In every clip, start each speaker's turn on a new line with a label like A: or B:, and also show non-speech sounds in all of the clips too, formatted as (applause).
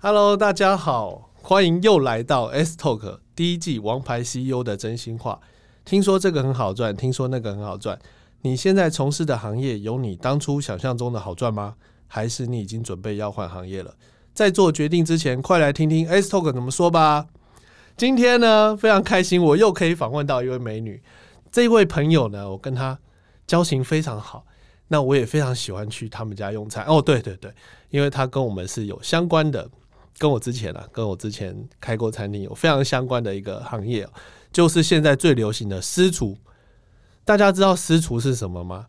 A: Hello，大家好，欢迎又来到 S Talk 第一季《王牌 CEO 的真心话》。听说这个很好赚，听说那个很好赚。你现在从事的行业有你当初想象中的好赚吗？还是你已经准备要换行业了？在做决定之前，快来听听 S Talk 怎么说吧。今天呢，非常开心，我又可以访问到一位美女。这位朋友呢，我跟她交情非常好，那我也非常喜欢去他们家用餐。哦，对对对，因为她跟我们是有相关的，跟我之前啊，跟我之前开过餐厅有非常相关的一个行业哦、就是现在最流行的私厨。大家知道私厨是什么吗？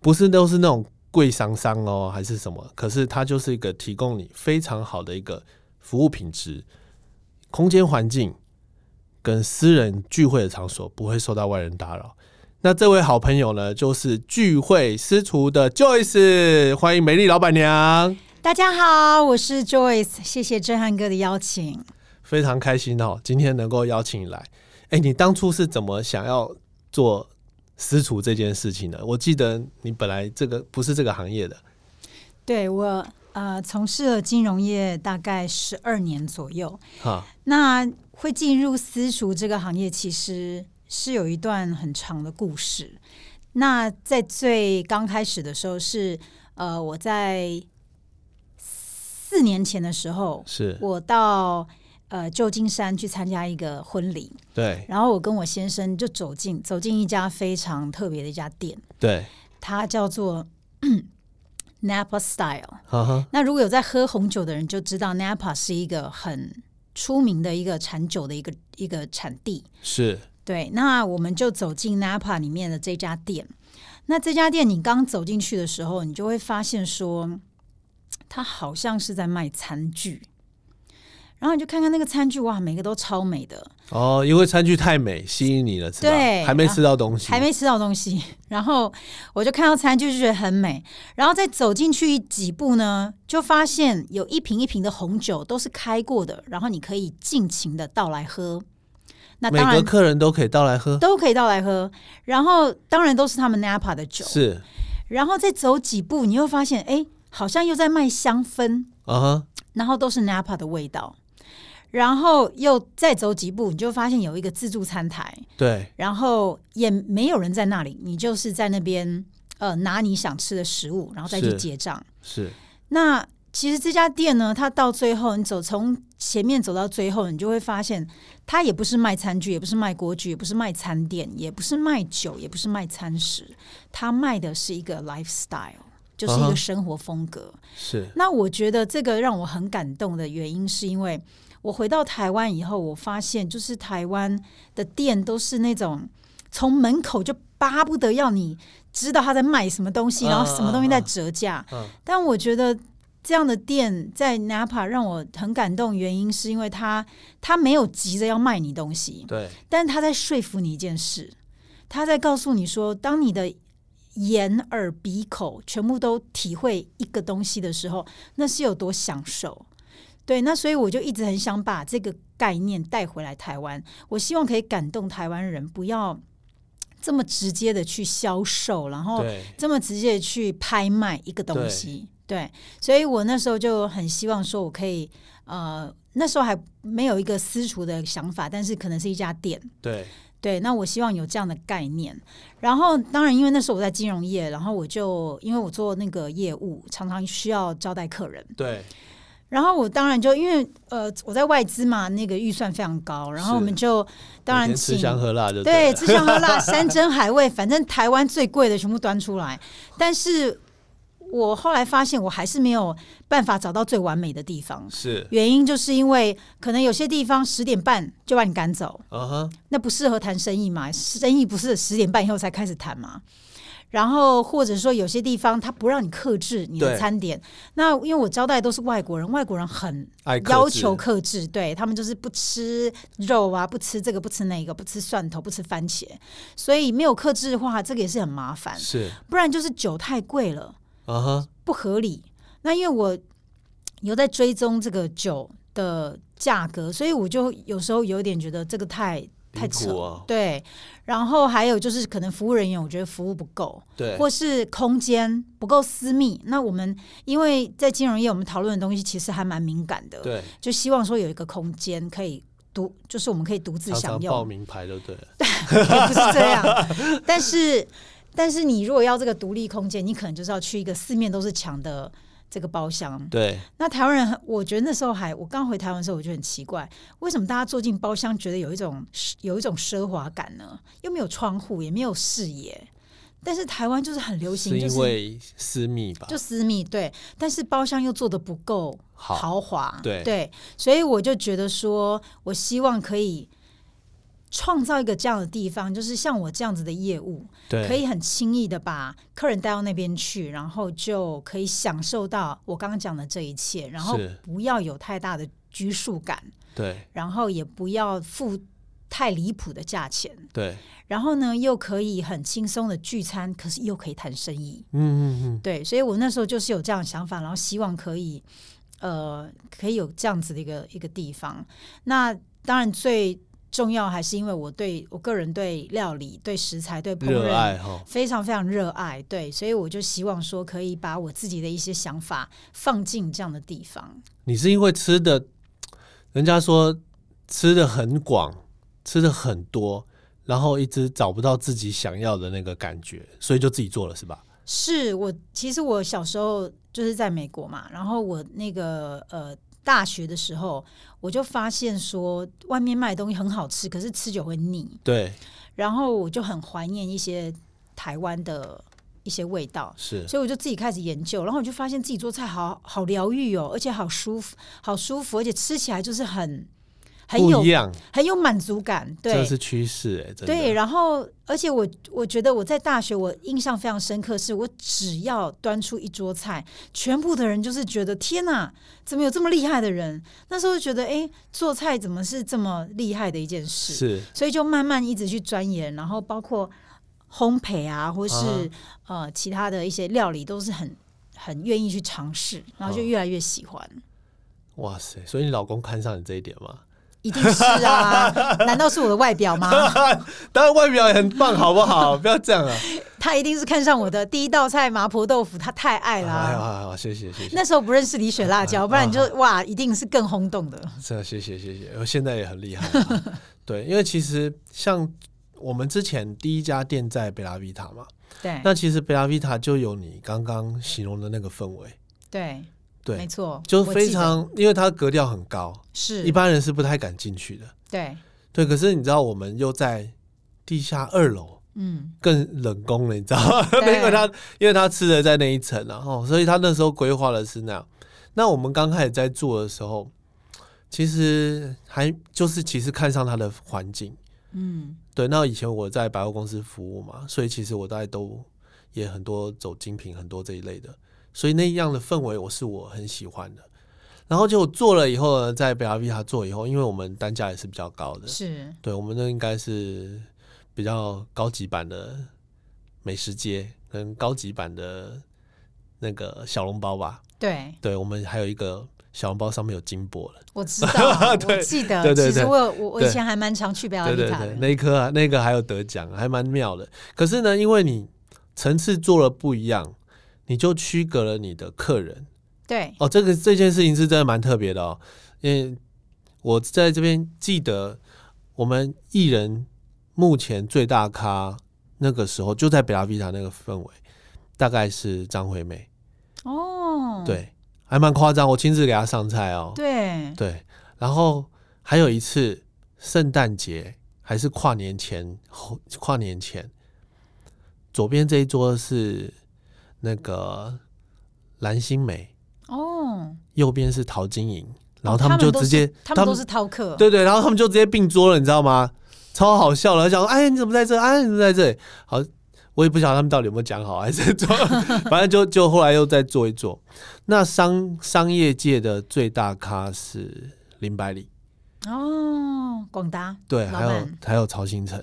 A: 不是都是那种贵商商哦，还是什么？可是它就是一个提供你非常好的一个服务品质、空间环境跟私人聚会的场所，不会受到外人打扰。那这位好朋友呢，就是聚会私厨的 Joyce，欢迎美丽老板娘。
B: 大家好，我是 Joyce，谢谢震撼哥的邀请。
A: 非常开心哦，今天能够邀请你来。哎，你当初是怎么想要做私厨这件事情的？我记得你本来这个不是这个行业的，
B: 对我呃，从事了金融业大概十二年左右，
A: 哈，
B: 那会进入私塾这个行业，其实是有一段很长的故事。那在最刚开始的时候是呃，我在四年前的时候，
A: 是
B: 我到呃旧金山去参加一个婚礼，
A: 对
B: 然后我跟我先生就走进走进一家非常特别的一家店。
A: 对，
B: 它叫做 (clears throat) Napa Style。
A: 哈哈，
B: 那如果有在喝红酒的人就知道，Napa 是一个很出名的一个产酒的一个一个产地。
A: 是
B: 对，那我们就走进 Napa 里面的这家店。那这家店你刚走进去的时候，你就会发现说，它好像是在卖餐具。然后你就看看那个餐具，哇，每个都超美的，
A: 哦，因为餐具太美吸引你了，是吧？
B: 对
A: 还没吃到东西，
B: 还没吃到东西， (laughs) 然后我就看到餐具就觉得很美，然后再走进去几步呢，就发现有一瓶一瓶的红酒都是开过的，然后你可以尽情的倒来喝。那
A: 每
B: 当
A: 个
B: 然
A: 客人都可以到来喝，
B: 都可以倒来喝，然后当然都是他们 Napa 的酒，
A: 是
B: 然后再走几步，你又发现哎，好像又在卖香氛，
A: 啊哈，
B: 然后都是 Napa 的味道，然后又再走几步，你就发现有一个自助餐台，
A: 对
B: 然后也没有人在那里，你就是在那边呃拿你想吃的食物，然后再去
A: 是
B: 结账。
A: 是
B: 那其实这家店呢，它到最后你走从前面走到最后，你就会发现它也不是卖餐具，也不是卖锅具，也不是卖餐点，也不是卖酒，也不是卖餐食，它卖的是一个 lifestyle，就是一
A: 啊哈
B: 个生活风格。
A: 是
B: 那我觉得这个让我很感动的原因，是因为我回到台湾以后，我发现就是台湾的店都是那种从门口就巴不得要你知道他在卖什么东西，
A: 嗯
B: 然后什么东西在折价。
A: 嗯嗯
B: 但我觉得这样的店在 Napa 让我很感动，原因是因为他他没有急着要卖你东西，
A: 对
B: 但他在说服你一件事，他在告诉你说，当你的眼、耳、鼻、口全部都体会一个东西的时候，那是有多享受。对，那所以我就一直很想把这个概念带回来台湾，我希望可以感动台湾人，不要这么直接的去销售，然后
A: 对
B: 这么直接的去拍卖一个东西。对，所以我那时候就很希望说，我可以，呃，那时候还没有一个私厨的想法，但是可能是一家店，
A: 对
B: 对，那我希望有这样的概念。然后，当然，因为那时候我在金融业，然后我就因为我做那个业务，常常需要招待客人。
A: 对
B: 然后我当然就因为呃我在外资嘛，那个预算非常高，然后我们就当
A: 每
B: 然
A: 天吃
B: 请
A: 香喝辣就
B: 对
A: 了
B: 吃香喝辣、山珍海味，反正台湾最贵的全部端出来。但是我后来发现，我还是没有办法找到最完美的地方。
A: 是
B: 原因就是因为可能有些地方十点半就把你赶走，
A: 啊哈，
B: 那不适合谈生意嘛？生意不是十点半以后才开始谈嘛？然后或者说有些地方他不让你克制你的
A: 对
B: 餐点，那因为我招待都是外国人，外国人很
A: 爱克
B: 要
A: 制
B: 求克制，对他们就是不吃肉啊，不吃这个，不吃那个，不吃蒜头，不吃番茄，所以没有克制的话，这个也是很麻烦。
A: 是
B: 不然就是酒太贵了，
A: 啊哈，
B: 不合理。那因为我有在追踪这个酒的价格，所以我就有时候有点觉得这个太太
A: 离谱
B: 扯
A: 哦
B: 对，然后还有就是可能服务人员，我觉得服务不够，
A: 对，
B: 或是空间不够私密。那我们因为在金融业，我们讨论的东西其实还蛮敏感的，
A: 对，
B: 就希望说有一个空间可以独，就是我们可以独自
A: 常
B: 享
A: 常
B: 用。
A: 报名牌就对了，
B: 也 (laughs) 不是这样。但是，但是你如果要这个独立空间，你可能就是要去一个四面都是墙的这个包厢。
A: 对，
B: 那台湾人很，我觉得那时候还，我刚回台湾的时候，我就很奇怪，为什么大家坐进包厢觉得有一种有一种奢华感呢？又没有窗户，也没有视野。但是台湾就是很流行，
A: 是
B: 就
A: 因
B: 是
A: 为私密吧
B: 就？私密对，但是包厢又做的不够
A: 好，
B: 豪华，
A: 对
B: 所以我就觉得说，我希望可以创造一个这样的地方，就是像我这样子的业务，可
A: 对，
B: 以很轻易的把客人带到那边去，然后就可以享受到我刚刚讲的这一切，然后
A: 是
B: 不要有太大的拘束感，
A: 对，
B: 然后也不要付太离谱的价钱，
A: 对，
B: 然后呢又可以很轻松的聚餐，可是又可以谈生意，
A: 嗯嗯
B: 对，所以我那时候就是有这样的想法，然后希望可以，呃，可以有这样子的一个一个地方。那当然最重要还是因为我对我个人对料理、对食材、对
A: 嗯，
B: 烹
A: 热
B: 饪
A: 爱哈，
B: 非常非常热爱，对，所以我就希望说可以把我自己的一些想法放进这样的地方。
A: 你是因为吃的，嗯人家说吃的很广，吃的很多，然后一直找不到自己想要的那个感觉，所以就自己做了是吧？
B: 是我其实我小时候就是在美国嘛，然后我那个呃大学的时候，我就发现说外面卖的东西很好吃，可是吃久会腻。
A: 对，
B: 然后我就很怀念一些台湾的一些味道，
A: 是，
B: 所以我就自己开始研究，然后我就发现自己做菜好好疗愈哦，而且好舒服，好舒服，而且吃起来就是很很
A: 不
B: 有
A: 一样，
B: 很有满足感，
A: 这
B: 对。
A: 是趋势哎，真的。
B: 对，然后而且我我觉得我在大学我印象非常深刻，是我只要端出一桌菜，全部的人就是觉得天哪，怎么有这么厉害的人？那时候就觉得，哎，做菜怎么是这么厉害的一件事？
A: 是
B: 所以就慢慢一直去钻研，然后包括烘焙啊，或是、呃其他的一些料理，都是很很愿意去尝试，然
A: 哦
B: 后就越来越喜欢。
A: 哇塞，所以你老公看上你这一点吗？
B: 一定是
A: (laughs)
B: 啊，难道是我的外表吗？
A: 当然外表也很棒，好不好？不要这样啊！
B: 他一定是看上我的第一道菜麻婆豆腐，他太爱啦、
A: 哎呀，哎好好，谢谢谢谢，
B: 那时候不认识李雪辣椒，不然你就哇，一定是更轰动的。
A: 真的谢谢谢谢，我现在也很厉害啊、
B: (laughs)
A: 对，因为其实像我们之前第一家店在贝拉维塔嘛，
B: 对
A: 那其实贝拉维塔就有你刚刚形容的那个氛围，
B: 对，没
A: 对，
B: 错，
A: 就
B: 我
A: 非
B: 记得
A: 常，因为它格调很高，一
B: 是，
A: 般人是不太敢进去的。
B: 对，
A: 对，可是你知道我们又在地下二楼，
B: 嗯，
A: 更冷宫了，你知道吗？(laughs)
B: 对
A: 因为他因为他吃的在那一层、啊，然后所以他那时候规划的是那样。那我们刚开始在做的时候，其实还就是其实看上他的环境，
B: 嗯，
A: 对。那以前我在百货公司服务嘛，所以其实我大概都也很多走精品，很多这一类的，所以那样的氛围我是我很喜欢的。然后结果做了以后呢，在北阿维塔做以后，因为我们单价也是比较高的，
B: 是
A: 对，我们那应该是比较高级版的美食街，跟高级版的那个小笼包吧。
B: 对。
A: 对，我们还有一个小笼包上面有金箔了，
B: 我知道，啊
A: (laughs)
B: 我
A: 对
B: 记得，
A: 对对
B: 其实
A: 对
B: 我有我我以
A: 对
B: 前还蛮常去贝拉
A: 对
B: 丽
A: 对
B: 塔
A: 对，
B: 的，
A: 那一颗、啊、那个还有得奖，还蛮妙的。可是呢，因为你层次做了不一样，你就区隔了你的客人。
B: 对
A: 哦，这个这件事情是真的蛮特别的哦，因为我在这边记得，我们艺人目前最大咖那个时候就在北拉维塔那个氛围，大概是张惠妹，
B: 哦，
A: 对，还蛮夸张，我亲自给她上菜哦，
B: 对
A: 对，然后还有一次圣诞节还是跨年前后，跨年前，左边这一桌是那个蓝心湄。
B: 哦，
A: 右边是陶晶莹，然后
B: 哦
A: 他们就
B: 都
A: 直
B: 是
A: 接，
B: 他们都是饕客，
A: 对对，然后他们就直接并桌了，你知道吗？超好笑了，想说，哎，你怎么在这？哎，你怎么在这里？好，我也不晓得他们到底有没有讲好，还是做， (laughs) 反正就就后来又再做一做。那商商业界的最大咖是林百里，
B: 哦，广达，
A: 对，
B: 老
A: 还有
B: 板嗯
A: 还有曹新成，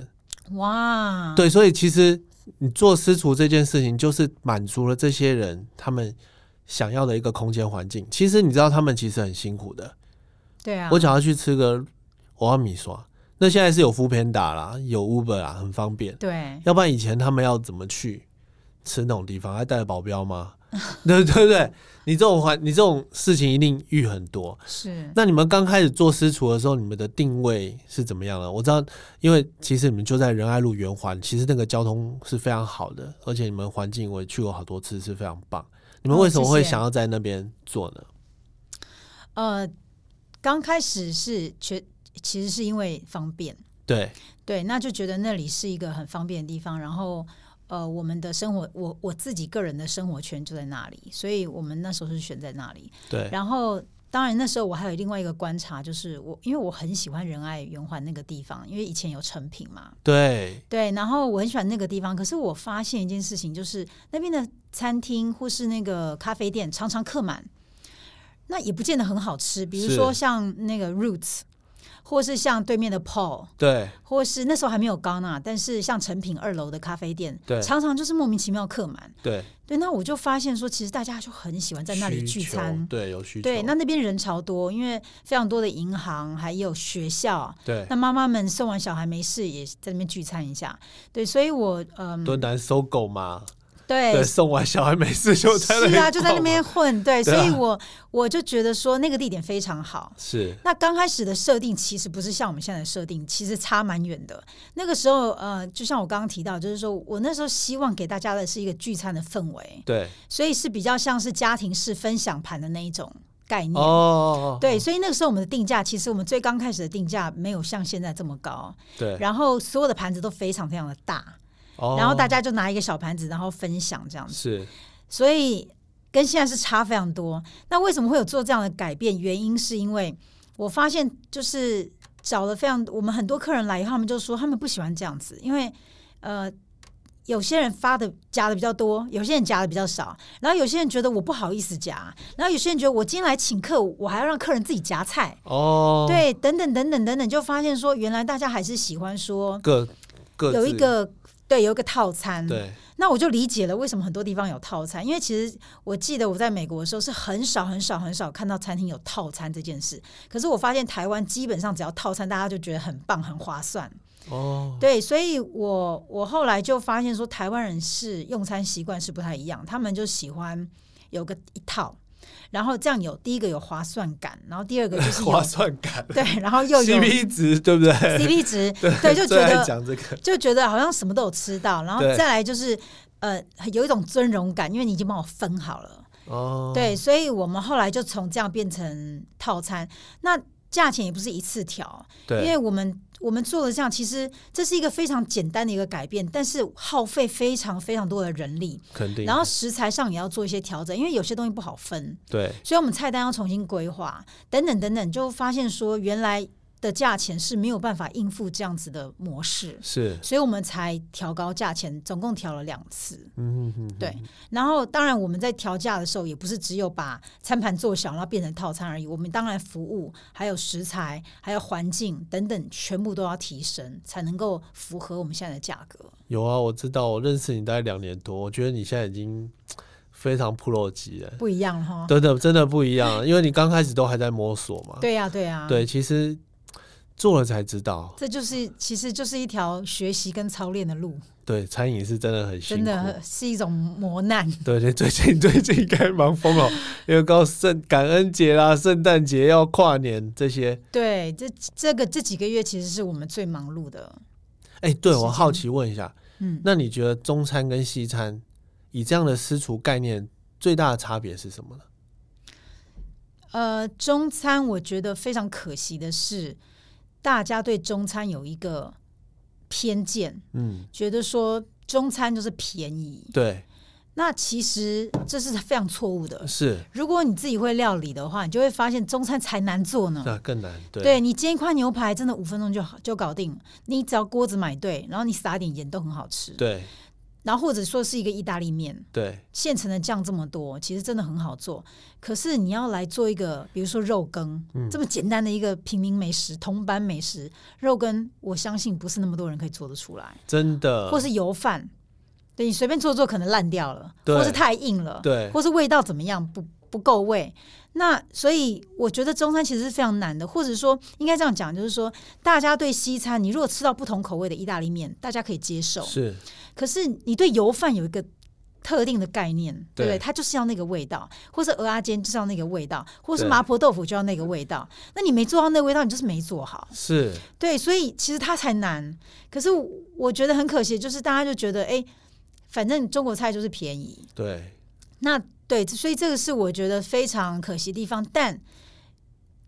B: 哇，
A: 对，所以其实你做私厨这件事情，就是满足了这些人他们想要的一个空间环境。其实你知道，他们其实很辛苦的，
B: 对啊，
A: 我想要去吃个欧阿米刷，那现在是有 f o o p a n d a 啦，有 Uber 啦，很方便。
B: 对，
A: 要不然以前他们要怎么去吃那种地方？还带着保镖吗？ (laughs) 对对不对？你这种环，你这种事情一定遇很多。
B: 是
A: 那你们刚开始做私厨的时候，你们的定位是怎么样的？我知道，因为其实你们就在仁爱路圆环，其实那个交通是非常好的，而且你们环境我也去过好多次，是非常棒。你们
B: 哦
A: 为什么会
B: 谢谢
A: 想要在那边做呢？
B: 呃，刚开始是觉其实是因为方便，
A: 对，
B: 对，那就觉得那里是一个很方便的地方，然后。呃，我们的生活，我我自己个人的生活圈就在那里，所以我们那时候是选在那里。
A: 对，
B: 然后，当然那时候我还有另外一个观察，就是我因为我很喜欢仁爱圆环那个地方，因为以前有成品嘛，
A: 对，
B: 对，然后我很喜欢那个地方，可是我发现一件事情，就是那边的餐厅或是那个咖啡店常常客满，那也不见得很好吃。比如
A: 是
B: 说像那个 Roots，或是像对面的 Paul，
A: 对，
B: 或是那时候还没有高娜，但是像成品二楼的咖啡店
A: 对，
B: 常常就是莫名其妙客满。
A: 对，
B: 对，那我就发现说，其实大家就很喜欢在那里
A: 需
B: 聚
A: 求
B: 餐。
A: 对，有需求，
B: 对，那那边人潮多，因为非常多的银行还有学校，
A: 对
B: 那妈妈们送完小孩没事，也在那边聚餐一下。对，所以我嗯，
A: 蹲南搜狗嘛，对，
B: 对，
A: 送完小孩没事 (laughs) 就在那
B: 是啊，就在
A: 逛
B: 那
A: 嘛
B: 边混。对，
A: 对
B: 所
A: 啊
B: 以我我就觉得说那个地点非常好。
A: 是
B: 那刚开始的设定其实不是像我们现在的设定，其实差蛮远的。那个时候，呃，就像我刚刚提到，就是说我那时候希望给大家的是一个聚餐的氛围，
A: 对
B: 所以是比较像是家庭式分享盘的那一种概念。
A: 哦，
B: 嗯对，所以那个时候我们的定价，其实我们最刚开始的定价没有像现在这么高，
A: 对，哦
B: 然后所有的盘子都非常非常的大，然
A: 然
B: 后大家就拿一个小盘子，然后分享这样子，
A: 是
B: 所以跟现在是差非常多。那为什么会有做这样的改变？原因是因为我发现就是找了非常我们很多客人来以后，他们就说他们不喜欢这样子，因为呃。有些人发的夹的比较多，有些人夹的比较少，然后有些人觉得我不好意思夹，然后有些人觉得我今天来请客，我还要让客人自己夹菜，
A: 哦，，
B: 对，等等等等等等，就发现说原来大家还是喜欢说
A: 各各
B: 有一
A: 自
B: 个对有一个套餐，
A: 对
B: 那我就理解了为什么很多地方有套餐，因为其实我记得我在美国的时候是很少很少很少看到餐厅有套餐这件事，可是我发现台湾基本上只要套餐，大家就觉得很棒很划算，
A: 哦，
B: 对，所以我我后来就发现说台湾人是用餐习惯是不太一样，他们就喜欢有个一套。然后这样有第一个有划算感，然后第二个就是
A: (laughs)
B: 有
A: 划算感
B: 对，然
A: (laughs)
B: 后又有
A: ，CP 值对不对？
B: CP 值， (laughs) 对，就觉
A: 最爱
B: 得
A: 讲这个，
B: 就觉得好像什么都有吃到，然后
A: 对
B: 再来就是呃有一种尊荣感，因为你已经帮我分好了，
A: 哦，
B: 对，所以我们后来就从这样变成套餐，那价钱也不是一次调，因
A: 对
B: 为我们我们做了这样，其实这是一个非常简单的一个改变，但是耗费非常非常多的人力，
A: 肯定，
B: 然后食材上也要做一些调整，因为有些东西不好分，
A: 对
B: 所以我们菜单要重新规划，等等等等，就发现说原来的价钱是没有办法应付这样子的模式，
A: 是，
B: 所以我们才调高价钱，总共调了两次。
A: 嗯哼哼，
B: 对然后，当然我们在调价的时候，也不是只有把餐盘做小，然后变成套餐而已。我们当然服务、还有食材、还有环境等等，全部都要提升，才能够符合我们现在的价格。
A: 有啊，我知道，我认识你大概两年多，我觉得你现在已经非常 pro 级了。
B: 不一样了哈。
A: 真的真的不一样，因为你刚开始都还在摸索嘛。
B: 对啊呀、对呀、
A: 对，其实做了才知道，
B: 这就是其实就是一条学习跟操练的路，
A: 对，餐饮是真的很辛
B: 真
A: 苦。
B: 的是一种磨难。
A: 对对，最近 (laughs) 最近应该忙疯了，因为刚好圣感恩节啦、圣诞节要跨年这些。
B: 对，这这个这几个月其实是我们最忙碌的。
A: 哎、对
B: 时
A: 我
B: 间
A: 好奇问一下，
B: 嗯，
A: 那你觉得中餐跟西餐以这样的私厨概念最大的差别是什么呢？
B: 呃，中餐我觉得非常可惜的是，大家对中餐有一个偏见，
A: 嗯，
B: 觉得说中餐就是便宜。
A: 对，
B: 那其实这是非常错误的。
A: 是
B: 如果你自己会料理的话，你就会发现中餐才难做呢。
A: 那更难。对，
B: 对你煎一块牛排，真的五分钟就好就搞定。你只要锅子买对，然后你撒点盐都很好吃。
A: 对
B: 然后或者说是一个意大利面，
A: 对
B: 现成的酱这么多，其实真的很好做。可是你要来做一个，比如说肉羹，
A: 嗯
B: 这么简单的一个平民美食、同班美食，肉羹，我相信不是那么多人可以做得出来，
A: 真的
B: 或。是油饭，对你随便做做可能烂掉了，
A: 对
B: 或是太硬了，
A: 对
B: 或是味道怎么样不不够位。那所以我觉得中餐其实是非常难的，或者说应该这样讲，就是说大家对西餐，你如果吃到不同口味的意大利面，大家可以接受，
A: 是
B: 可是你对油饭有一个特定的概念，对不
A: 对
B: 对？它就是要那个味道，或是鹅阿煎就是要那个味道，或是
A: 对
B: 麻婆豆腐就要那个味道。那你没做到那个味道，你就是没做好。
A: 是，
B: 对，所以其实它才难。可是我我觉得很可惜，就是大家就觉得，哎，反正中国菜就是便宜，
A: 对，
B: 那对，所以这个是我觉得非常可惜的地方，但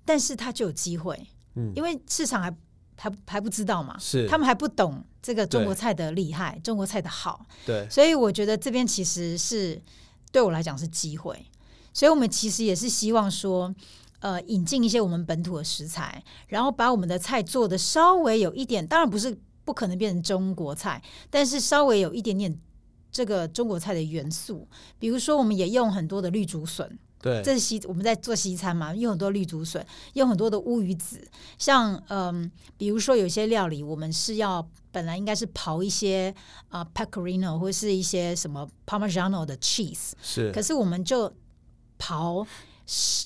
B: 但是它就有机会，
A: 嗯，
B: 因为市场还还还不知道嘛，
A: 是
B: 他们还不懂这个中
A: 对
B: 国菜的厉害，中国菜的好，
A: 对
B: 所以我觉得这边其实是对我来讲是机会，所以我们其实也是希望说，呃，引进一些我们本土的食材，然后把我们的菜做的稍微有一点，当然不是不可能变成中国菜，但是稍微有一点点。这个中国菜的元素，比如说，我们也用很多的绿竹笋，
A: 对
B: 这是西我们在做西餐嘛，用很多绿竹笋，用很多的乌鱼子，像嗯，比如说有些料理，我们是要本来应该是刨一些啊、呃 pecorino 或是一些什么 parmigiano 的 cheese，
A: 是
B: 可是我们就刨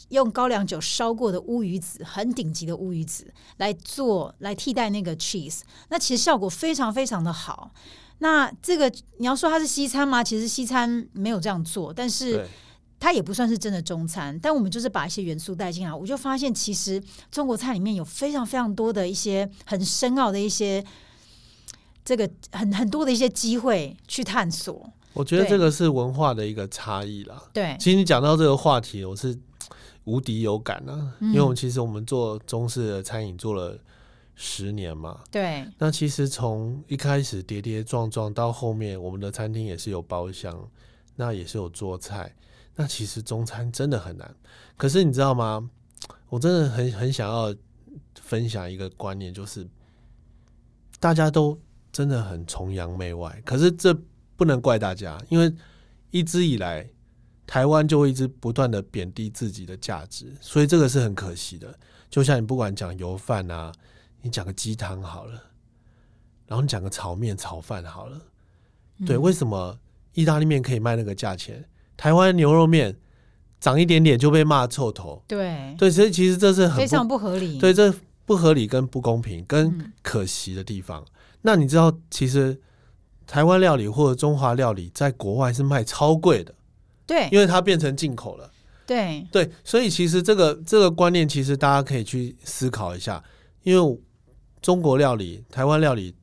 B: 用高粱酒烧过的乌鱼子，很顶级的乌鱼子来做来替代那个 cheese，那其实效果非常非常的好。那这个你要说它是西餐吗？其实西餐没有这样做，但是
A: 对
B: 它也不算是真的中餐，但我们就是把一些元素带进来，我就发现其实中国菜里面有非常非常多的一些很深奥的一些这个很很多的一些机会去探索。
A: 我觉得
B: 对
A: 这个是文化的一个差异啦。
B: 对，
A: 其实你讲到这个话题，我是无敌有感啊，
B: 嗯
A: 因为我们其实我们做中式的餐饮做了十年嘛，
B: 对，
A: 那其实从一开始跌跌撞撞到后面，我们的餐厅也是有包厢，那也是有做菜，那其实中餐真的很难。可是你知道吗？我真的很很想要分享一个观念，就是大家都真的很崇洋媚外，可是这不能怪大家，因为一直以来台湾就会一直不断的贬低自己的价值，所以这个是很可惜的。就像你不管讲油饭啊，你讲个鸡汤好了，然后你讲个炒面、炒饭好了，对，
B: 嗯
A: 为什么意大利面可以卖那个价钱，台湾牛肉面涨一点点就被骂臭头？
B: 对，
A: 对，所以其实这是很
B: 非
A: 不
B: 常不合理。
A: 对，这不合理跟不公平跟
B: 嗯
A: 可惜的地方。那你知道，其实台湾料理或者中华料理在国外是卖超贵的，
B: 对
A: 因为它变成进口了。
B: 对
A: 对，所以其实这个这个观念，其实大家可以去思考一下，因为中国料理、台湾料理，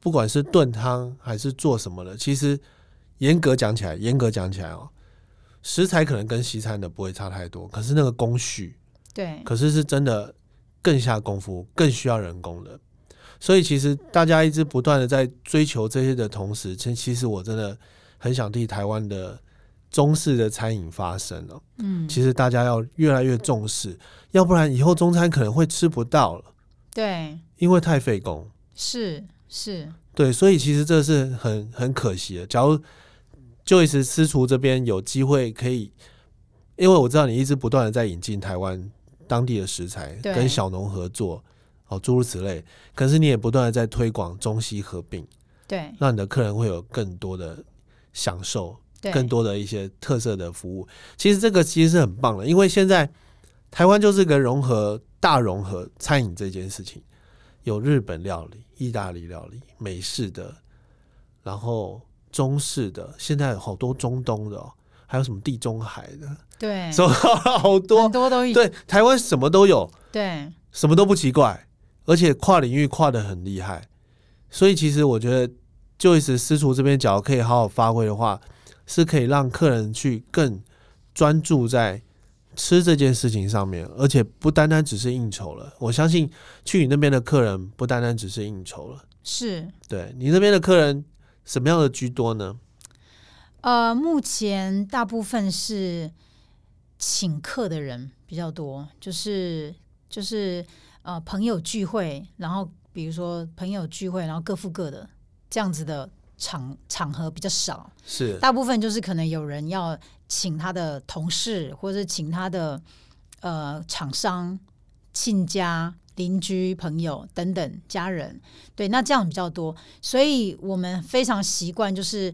A: 不管是炖汤还是做什么的，其实严格讲起来，严格讲起来哦，食材可能跟西餐的不会差太多，可是那个工序，
B: 对
A: 可是是真的更下功夫，更需要人工的。所以其实大家一直不断的在追求这些的同时，其其实我真的很想替台湾的中式的餐饮发声哦。
B: 嗯，
A: 其实大家要越来越重视，要不然以后中餐可能会吃不到了，
B: 对
A: 因为太费工。
B: 是是，
A: 对，所以其实这是很很可惜的。假如 Joyce 私厨这边有机会可以，因为我知道你一直不断的在引进台湾当地的食材，
B: 对
A: 跟小农合作，哦，诸如此类。可是你也不断的在推广中西合并，
B: 对
A: 让你的客人会有更多的享受
B: 对，
A: 更多的一些特色的服务。其实这个其实是很棒的，因为现在台湾就是个融合大融合餐饮这件事情，有日本料理、意大利料理、美式的，然后中式的，现在有好多中东的、哦，还有什么地中海的，
B: 对，
A: 什么好多
B: 很。多都有
A: 对，台湾什么都有，
B: 对
A: 什么都不奇怪，而且跨领域跨得很厉害，所以其实我觉得就一直私厨这边只要可以好好发挥的话，是可以让客人去更专注在吃这件事情上面，而且不单单只是应酬了。我相信去你那边的客人不单单只是应酬了，
B: 是。
A: 对你那边的客人什么样的居多呢？
B: 呃，目前大部分是请客的人比较多，就是就是呃朋友聚会，然后比如说朋友聚会，然后各付各的这样子的场场合比较少，
A: 是
B: 大部分就是可能有人要请他的同事，或者请他的呃厂商、亲家、邻居、朋友等等家人，对，那这样比较多，所以我们非常习惯就是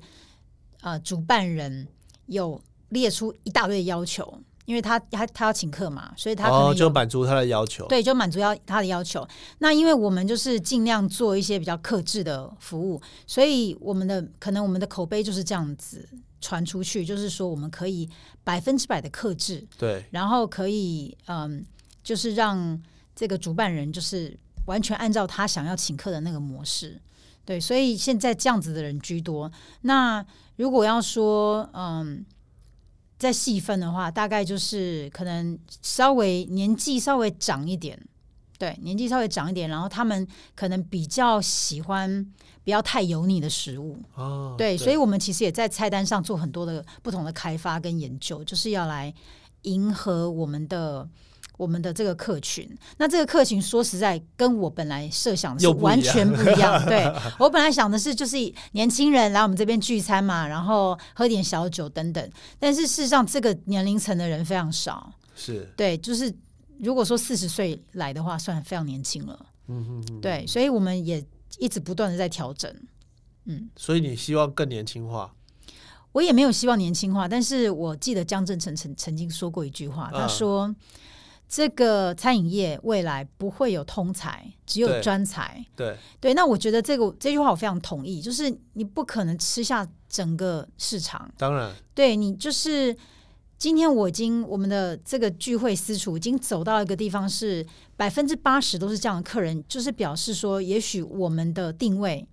B: 呃主办人有列出一大堆要求，因为他他他要请客嘛，所以他可能
A: 哦，
B: 有
A: 就满足他的要求。
B: 对，就满足要他的要求。那因为我们就是尽量做一些比较克制的服务，所以我们的可能我们的口碑就是这样子传出去，就是说我们可以百分之百的克制，
A: 对
B: 然后可以嗯，就是让这个主办人就是完全按照他想要请客的那个模式。对，所以现在这样子的人居多。那如果要说嗯，再细分的话，大概就是可能稍微年纪稍微长一点。对，年纪稍微长一点，然后他们可能比较喜欢不要太油腻的食物，
A: 哦，
B: 对，所以我们其实也在菜单上做很多的不同的开发跟研究，就是要来迎合我们的我们的这个客群。那这个客群说实在，跟我本来设想的是
A: 又不一
B: 完
A: 样
B: 全不一
A: (laughs)
B: 样。对我本来想的是，就是年轻人来我们这边聚餐嘛，然后喝点小酒等等。但是事实上，这个年龄层的人非常少。
A: 是
B: 对，就是如果说四十岁来的话，算非常年轻了。
A: 嗯哼哼，
B: 对，所以我们也一直不断的在调整。嗯。
A: 所以你希望更年轻化，
B: 我也没有希望年轻化，但是我记得江正成曾曾经说过一句话，
A: 嗯
B: 他说：“这个餐饮业未来不会有通才，只有
A: 对
B: 专才。
A: 对，”
B: 对，那我觉得这个这句话我非常同意，就是你不可能吃下整个市场，
A: 当然
B: 对你就是。今天我已经我们的这个聚会私厨已经走到一个地方是百分之八十都是这样的客人，就是表示说，也许我们的定位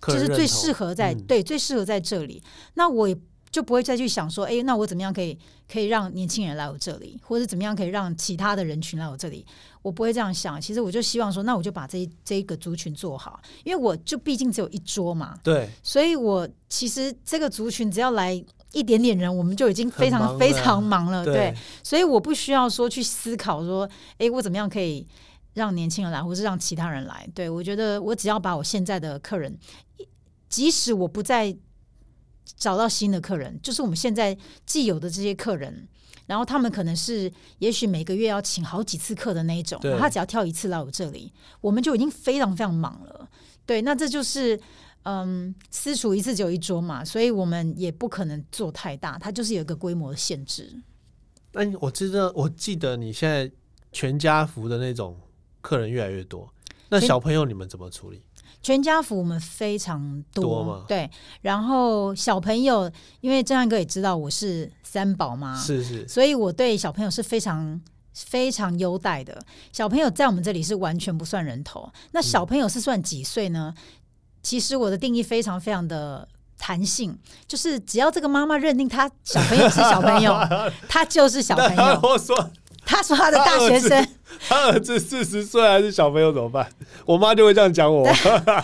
A: 客
B: 就
A: 人
B: 是
A: 认
B: 最
A: 同
B: 适合在、
A: 嗯
B: 对最适合在这里。那我也就不会再去想说，哎，那我怎么样可以可以让年轻人来我这里，或者怎么样可以让其他的人群来我这里？我不会这样想。其实我就希望说，那我就把这一这一个族群做好，因为我就毕竟只有一桌嘛，
A: 对
B: 所以我其实这个族群只要来。一点点人，我们就已经非
A: 很
B: 常
A: 忙
B: 非
A: 了
B: 常忙了，呃对，所以我不需要说去思考说，诶，我怎么样可以让年轻人来，或是让其他人来？对我觉得，我只要把我现在的客人，即使我不再找到新的客人，就是我们现在既有的这些客人，然后他们可能是也许每个月要请好几次课的那一种，
A: 对
B: 然后他只要跳一次来我这里，我们就已经非常非常忙了。对，那这就是。嗯，私厨一次只有一桌嘛，所以我们也不可能做太大，它就是有一个规模的限制。
A: 那你我知道，我记得你现在全家福的那种客人越来越多，那
B: 全
A: 小朋友你们怎么处理？
B: 全家福我们非常多，
A: 多吗
B: 对。然后小朋友，因为正安哥也知道我是三宝嘛，
A: 是是，
B: 所以我对小朋友是非常非常优待的。小朋友在我们这里是完全不算人头。那
A: 嗯
B: 小朋友是算几岁呢？其实我的定义非常非常的。弹性就是，只要这个妈妈认定他小朋友是小
A: (laughs)
B: 朋友，他就是小
A: 那
B: 朋
A: 他
B: 友
A: 如。果说
B: 他说他的大学生，
A: 他儿子四十岁还是小朋友怎么办？我妈就会这样讲我。
B: (laughs)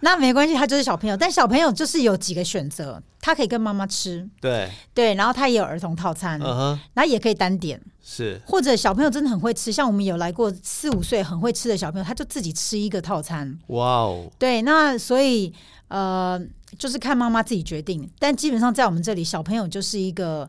B: 那没关系，他就是小朋友。但小朋友就是有几个选择，他可以跟妈妈吃，
A: 对，
B: 对，然后他也有儿童套餐，
A: 嗯哼，
B: 然后也可以单点，
A: 是
B: 或者小朋友真的很会吃，像我们有来过四五岁很会吃的小朋友，他就自己吃一个套餐。
A: 哇哦，
B: 对，那所以呃，就是看妈妈自己决定。但基本上在我们这里，小朋友就是一个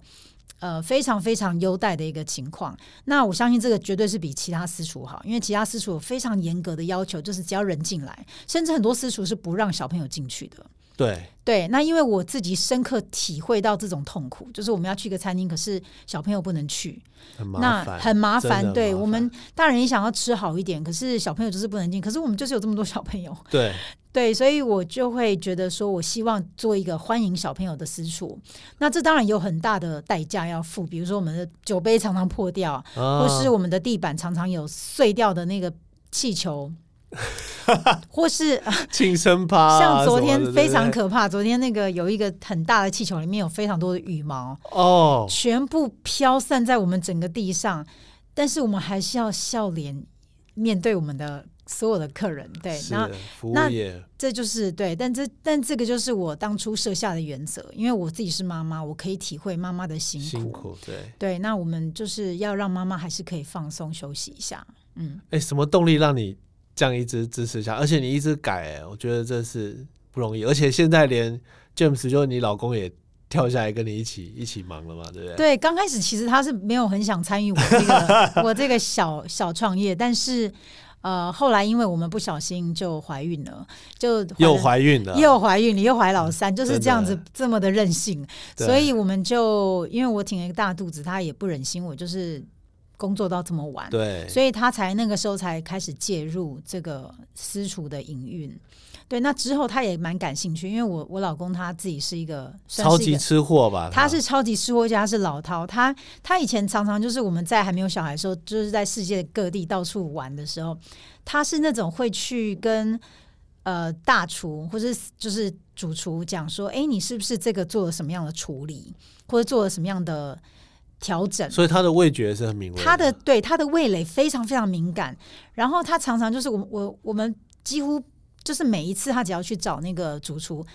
B: 呃非常非常优待的一个情况。那我相信这个绝对是比其他私厨好，因为其他私厨有非常严格的要求，就是只要人进来，甚至很多私厨是不让小朋友进去的。
A: 对，
B: 对，那因为我自己深刻体会到这种痛苦，就是我们要去一个餐厅，可是小朋友不能去，
A: 很麻
B: 那
A: 烦，
B: 很麻
A: 真的
B: 烦。
A: 很
B: 对
A: 麻
B: 我
A: 烦
B: 们大人也想要吃好一点，可是小朋友就是不能进，可是我们就是有这么多小朋友，
A: 对
B: 对，所以我就会觉得说，我希望做一个欢迎小朋友的私处。那这当然有很大的代价要付，比如说我们的酒杯常常破掉，
A: 啊
B: 或是我们的地板常常有碎掉的那个气
A: (laughs)
B: 球。或是
A: 庆生趴啊，
B: 像昨天
A: 什么的
B: 非常
A: 对
B: 可怕，昨天那个有一个很大的气球，里面有非常多的羽毛，
A: 不对哦，
B: 全部飘散在我们整个地上，但是我们还是要笑脸面对我们的所有的客人，对，
A: 是
B: 那
A: 服务
B: 那
A: 业
B: 这就是对，但这但这个就是我当初设下的原则，因为我自己是妈妈，我可以体会妈妈的辛苦。
A: 辛苦，对，
B: 对，那我们就是要让妈妈还是可以放松休息一下。嗯，
A: 哎、什么动力让你这样一直支持下？而且你一直改、欸，我觉得这是不容易。而且现在连 James 就是你老公也跳下来跟你一起一起忙了嘛，对不对？
B: 对，刚
A: (laughs)
B: 开始其实他是没有很想参与我这个我这个小小创业，但是呃，后来因为我们不小心就怀孕了，就怀
A: 又
B: 了
A: 怀孕了，嗯
B: 又怀孕了，又怀老三，就是
A: 真
B: 这样
A: 的
B: 子这么的任性，
A: 对
B: 所以我们就因为我挺了一个大肚子，他也不忍心我就是工作到这么晚，
A: 对，
B: 所以他才那个时候才开始介入这个私厨的营运。对，那之后他也蛮感兴趣，因为我我老公他自己是一个算
A: 超
B: 是一
A: 级
B: 个。
A: 吃货吧？
B: 他是超级吃货家，是老饕。他他以前常常就是我们在还没有小孩的时候，就是在世界各地到处玩的时候，他是那种会去跟呃大厨或者就是主厨讲说，哎、你是不是这个做了什么样的处理，或者做了什么样的调整？
A: 所以他的味觉是很敏锐，
B: 他的对他的味蕾非常非常敏感，然后他常常就是我我我们几乎就是每一次他只要去找那个主厨，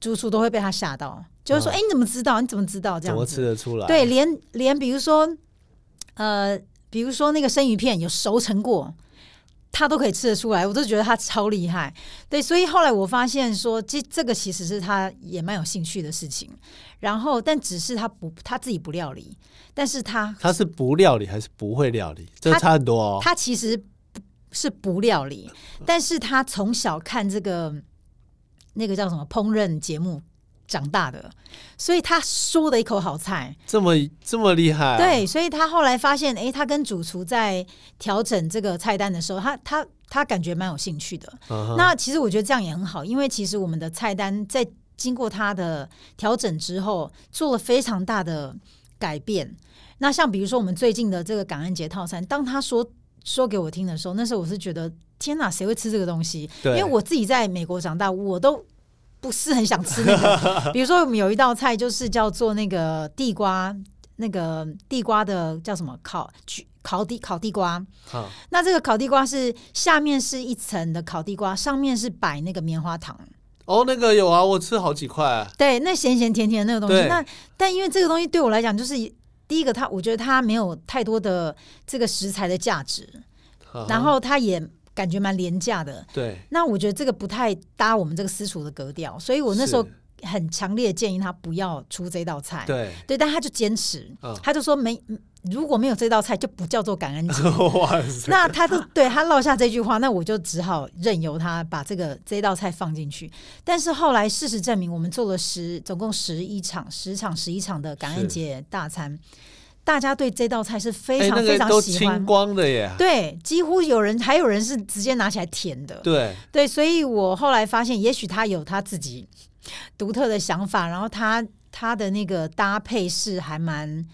B: 主厨都会被他吓到，就是说：“
A: 嗯
B: 哎、你怎么知道？你怎么知道？”这
A: 怎
B: 样
A: 么
B: 子
A: 吃得出来？
B: 对，连连比如说呃，比如说那个生鱼片有熟成过。他都可以吃得出来，我都觉得他超厉害。对，所以后来我发现说，这这个其实是他也蛮有兴趣的事情。然后，但只是他不他自己不料理，但
A: (laughs)
B: 是他
A: 他是不料理还是不会料理？这
B: 他
A: 差很多哦。
B: 他其实不是不料理，但是他从小看这个那个叫什么烹饪节目长大的，所以他说的一口好菜。
A: 这么这么厉害、啊，，
B: 对，所以他后来发现，诶，他跟主厨在调整这个菜单的时候，他他他感觉蛮有兴趣的。
A: 嗯哼、
B: 那其实我觉得这样也很好，因为其实我们的菜单在经过它的调整之后，做了非常大的改变。那像比如说我们最近的这个感恩节套餐，当他说说给我听的时候，那时候我是觉得天哪，谁会吃这个东西？因
A: 对，
B: 为我自己在美国长大，我都。不是很想吃那个， (laughs) 比如说我们有一道菜就是叫做那个地瓜，那个地瓜的叫什么烤烤地烤地瓜，
A: 好
B: 那这个烤地瓜是下面是一层的烤地瓜，上面是摆那个棉花糖，
A: 哦，那个有啊，我吃好几块、啊
B: 对，那咸咸甜甜的那个东
A: 对
B: 西。那但因为这个东西对我来讲，就是第一个它，我觉得它没有太多的这个食材的价值，
A: 嗯哼
B: 然后它也感觉蛮廉价的。
A: 对，
B: 那我觉得这个不太搭我们这个私厨的格调，所以我那时候
A: 是
B: 很强烈建议他不要出这道菜。 (laughs)
A: 对， (laughs)
B: 对，但他就坚持，
A: 嗯
B: 他就说没，如果没有这道菜就不叫做感恩节。
A: (laughs) 哇塞，
B: 那他就对他落下这句话，那我就只好任由他把这个这道菜放进去。但是后来事实证明，我们做了十总共十一场，十场十一场的感恩节大餐，大家对这道菜是非
A: 哎、
B: 常
A: 那
B: 非
A: 个
B: 常
A: 都
B: 喜欢。
A: 清光的耶，
B: 对，几乎有人还有人是直接拿起来舔的。
A: 对，
B: 对，所以我后来发现，也许他有他自己独特的想法，然后他他的那个搭配是还蛮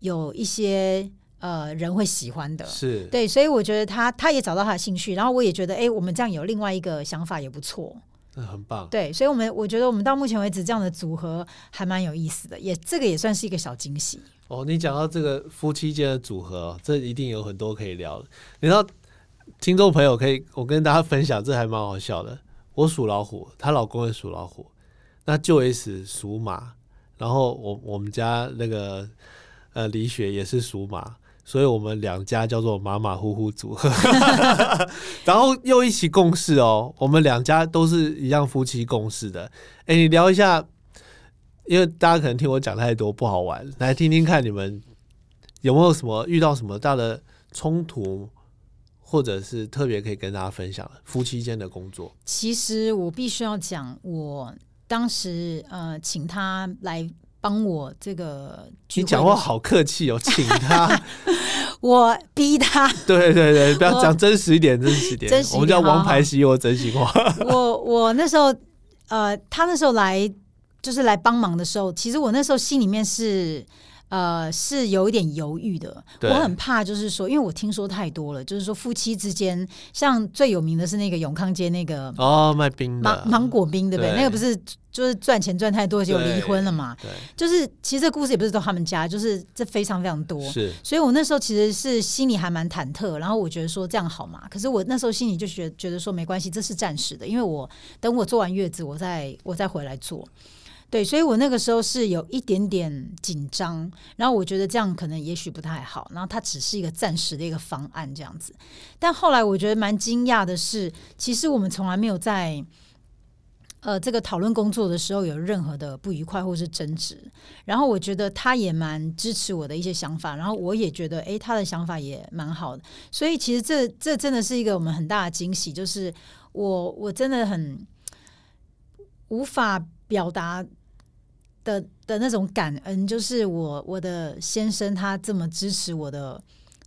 B: 有一些呃人会喜欢的。
A: 是，
B: 对，所以我觉得他他也找到他的兴趣，然后我也觉得，哎、我们这样有另外一个想法也不错。
A: 那很棒。
B: 对，所以我们我觉得我们到目前为止这样的组合还蛮有意思的，也这个也算是一个小惊喜。
A: 哦，你讲到这个夫妻间的组合，这一定有很多可以聊的。你知道，听众朋友可以，我跟大家分享，这还蛮好笑的。我属老虎，她老公也属老虎，那就 S 属马，然后我我们家那个呃李雪也是属马，所以我们两家叫做马马虎虎组合，然后又一起共事哦。我们两家都是一样夫妻共事的。哎，你聊一下因为大家可能听我讲太多不好玩，来听听看你们有没有什么遇到什么大的冲突，或者是特别可以跟大家分享的夫妻间的工作。
B: 其实我必须要讲，我当时呃请他来帮我这个聚
A: 你
B: 会的
A: 讲话
B: 时候，
A: 好客气哦，请他，
B: (laughs) 我逼他， (laughs)
A: 对对对，不要讲真实一点，真实一点，
B: 哦真实
A: 我
B: 一点
A: 们叫王牌西游真心
B: (laughs)
A: 话，
B: 我我那时候，呃，他那时候来就是来帮忙的时候，其实我那时候心里面是。呃，是有一点犹豫的，我
A: 对
B: 很怕，就是说，因为我听说太多了，就是说夫妻之间，像最有名的是那个永康街那个
A: 哦，卖冰的
B: 芒，芒果冰，对不对？
A: 对
B: 那个不是就是赚钱赚太多就
A: 对
B: 离婚了嘛？
A: 对，
B: 就是其实这故事也不是都他们家，就是这非常非常多。
A: 是
B: 所以我那时候其实是心里还蛮忐忑，然后我觉得说这样好嘛，可是我那时候心里就觉觉得说没关系，这是暂时的，因为我等我做完月子，我再我再回来做。对，所以我那个时候是有一点点紧张，然后我觉得这样可能也许不太好，然后它只是一个暂时的一个方案这样子。但后来我觉得蛮惊讶的是，其实我们从来没有在呃这个讨论工作的时候有任何的不愉快或是争执。然后我觉得他也蛮支持我的一些想法，然后我也觉得诶，他的想法也蛮好的。所以其实这这真的是一个我们很大的惊喜，就是我我真的很无法表达的的那种感恩，就是我我的先生他这么支持我的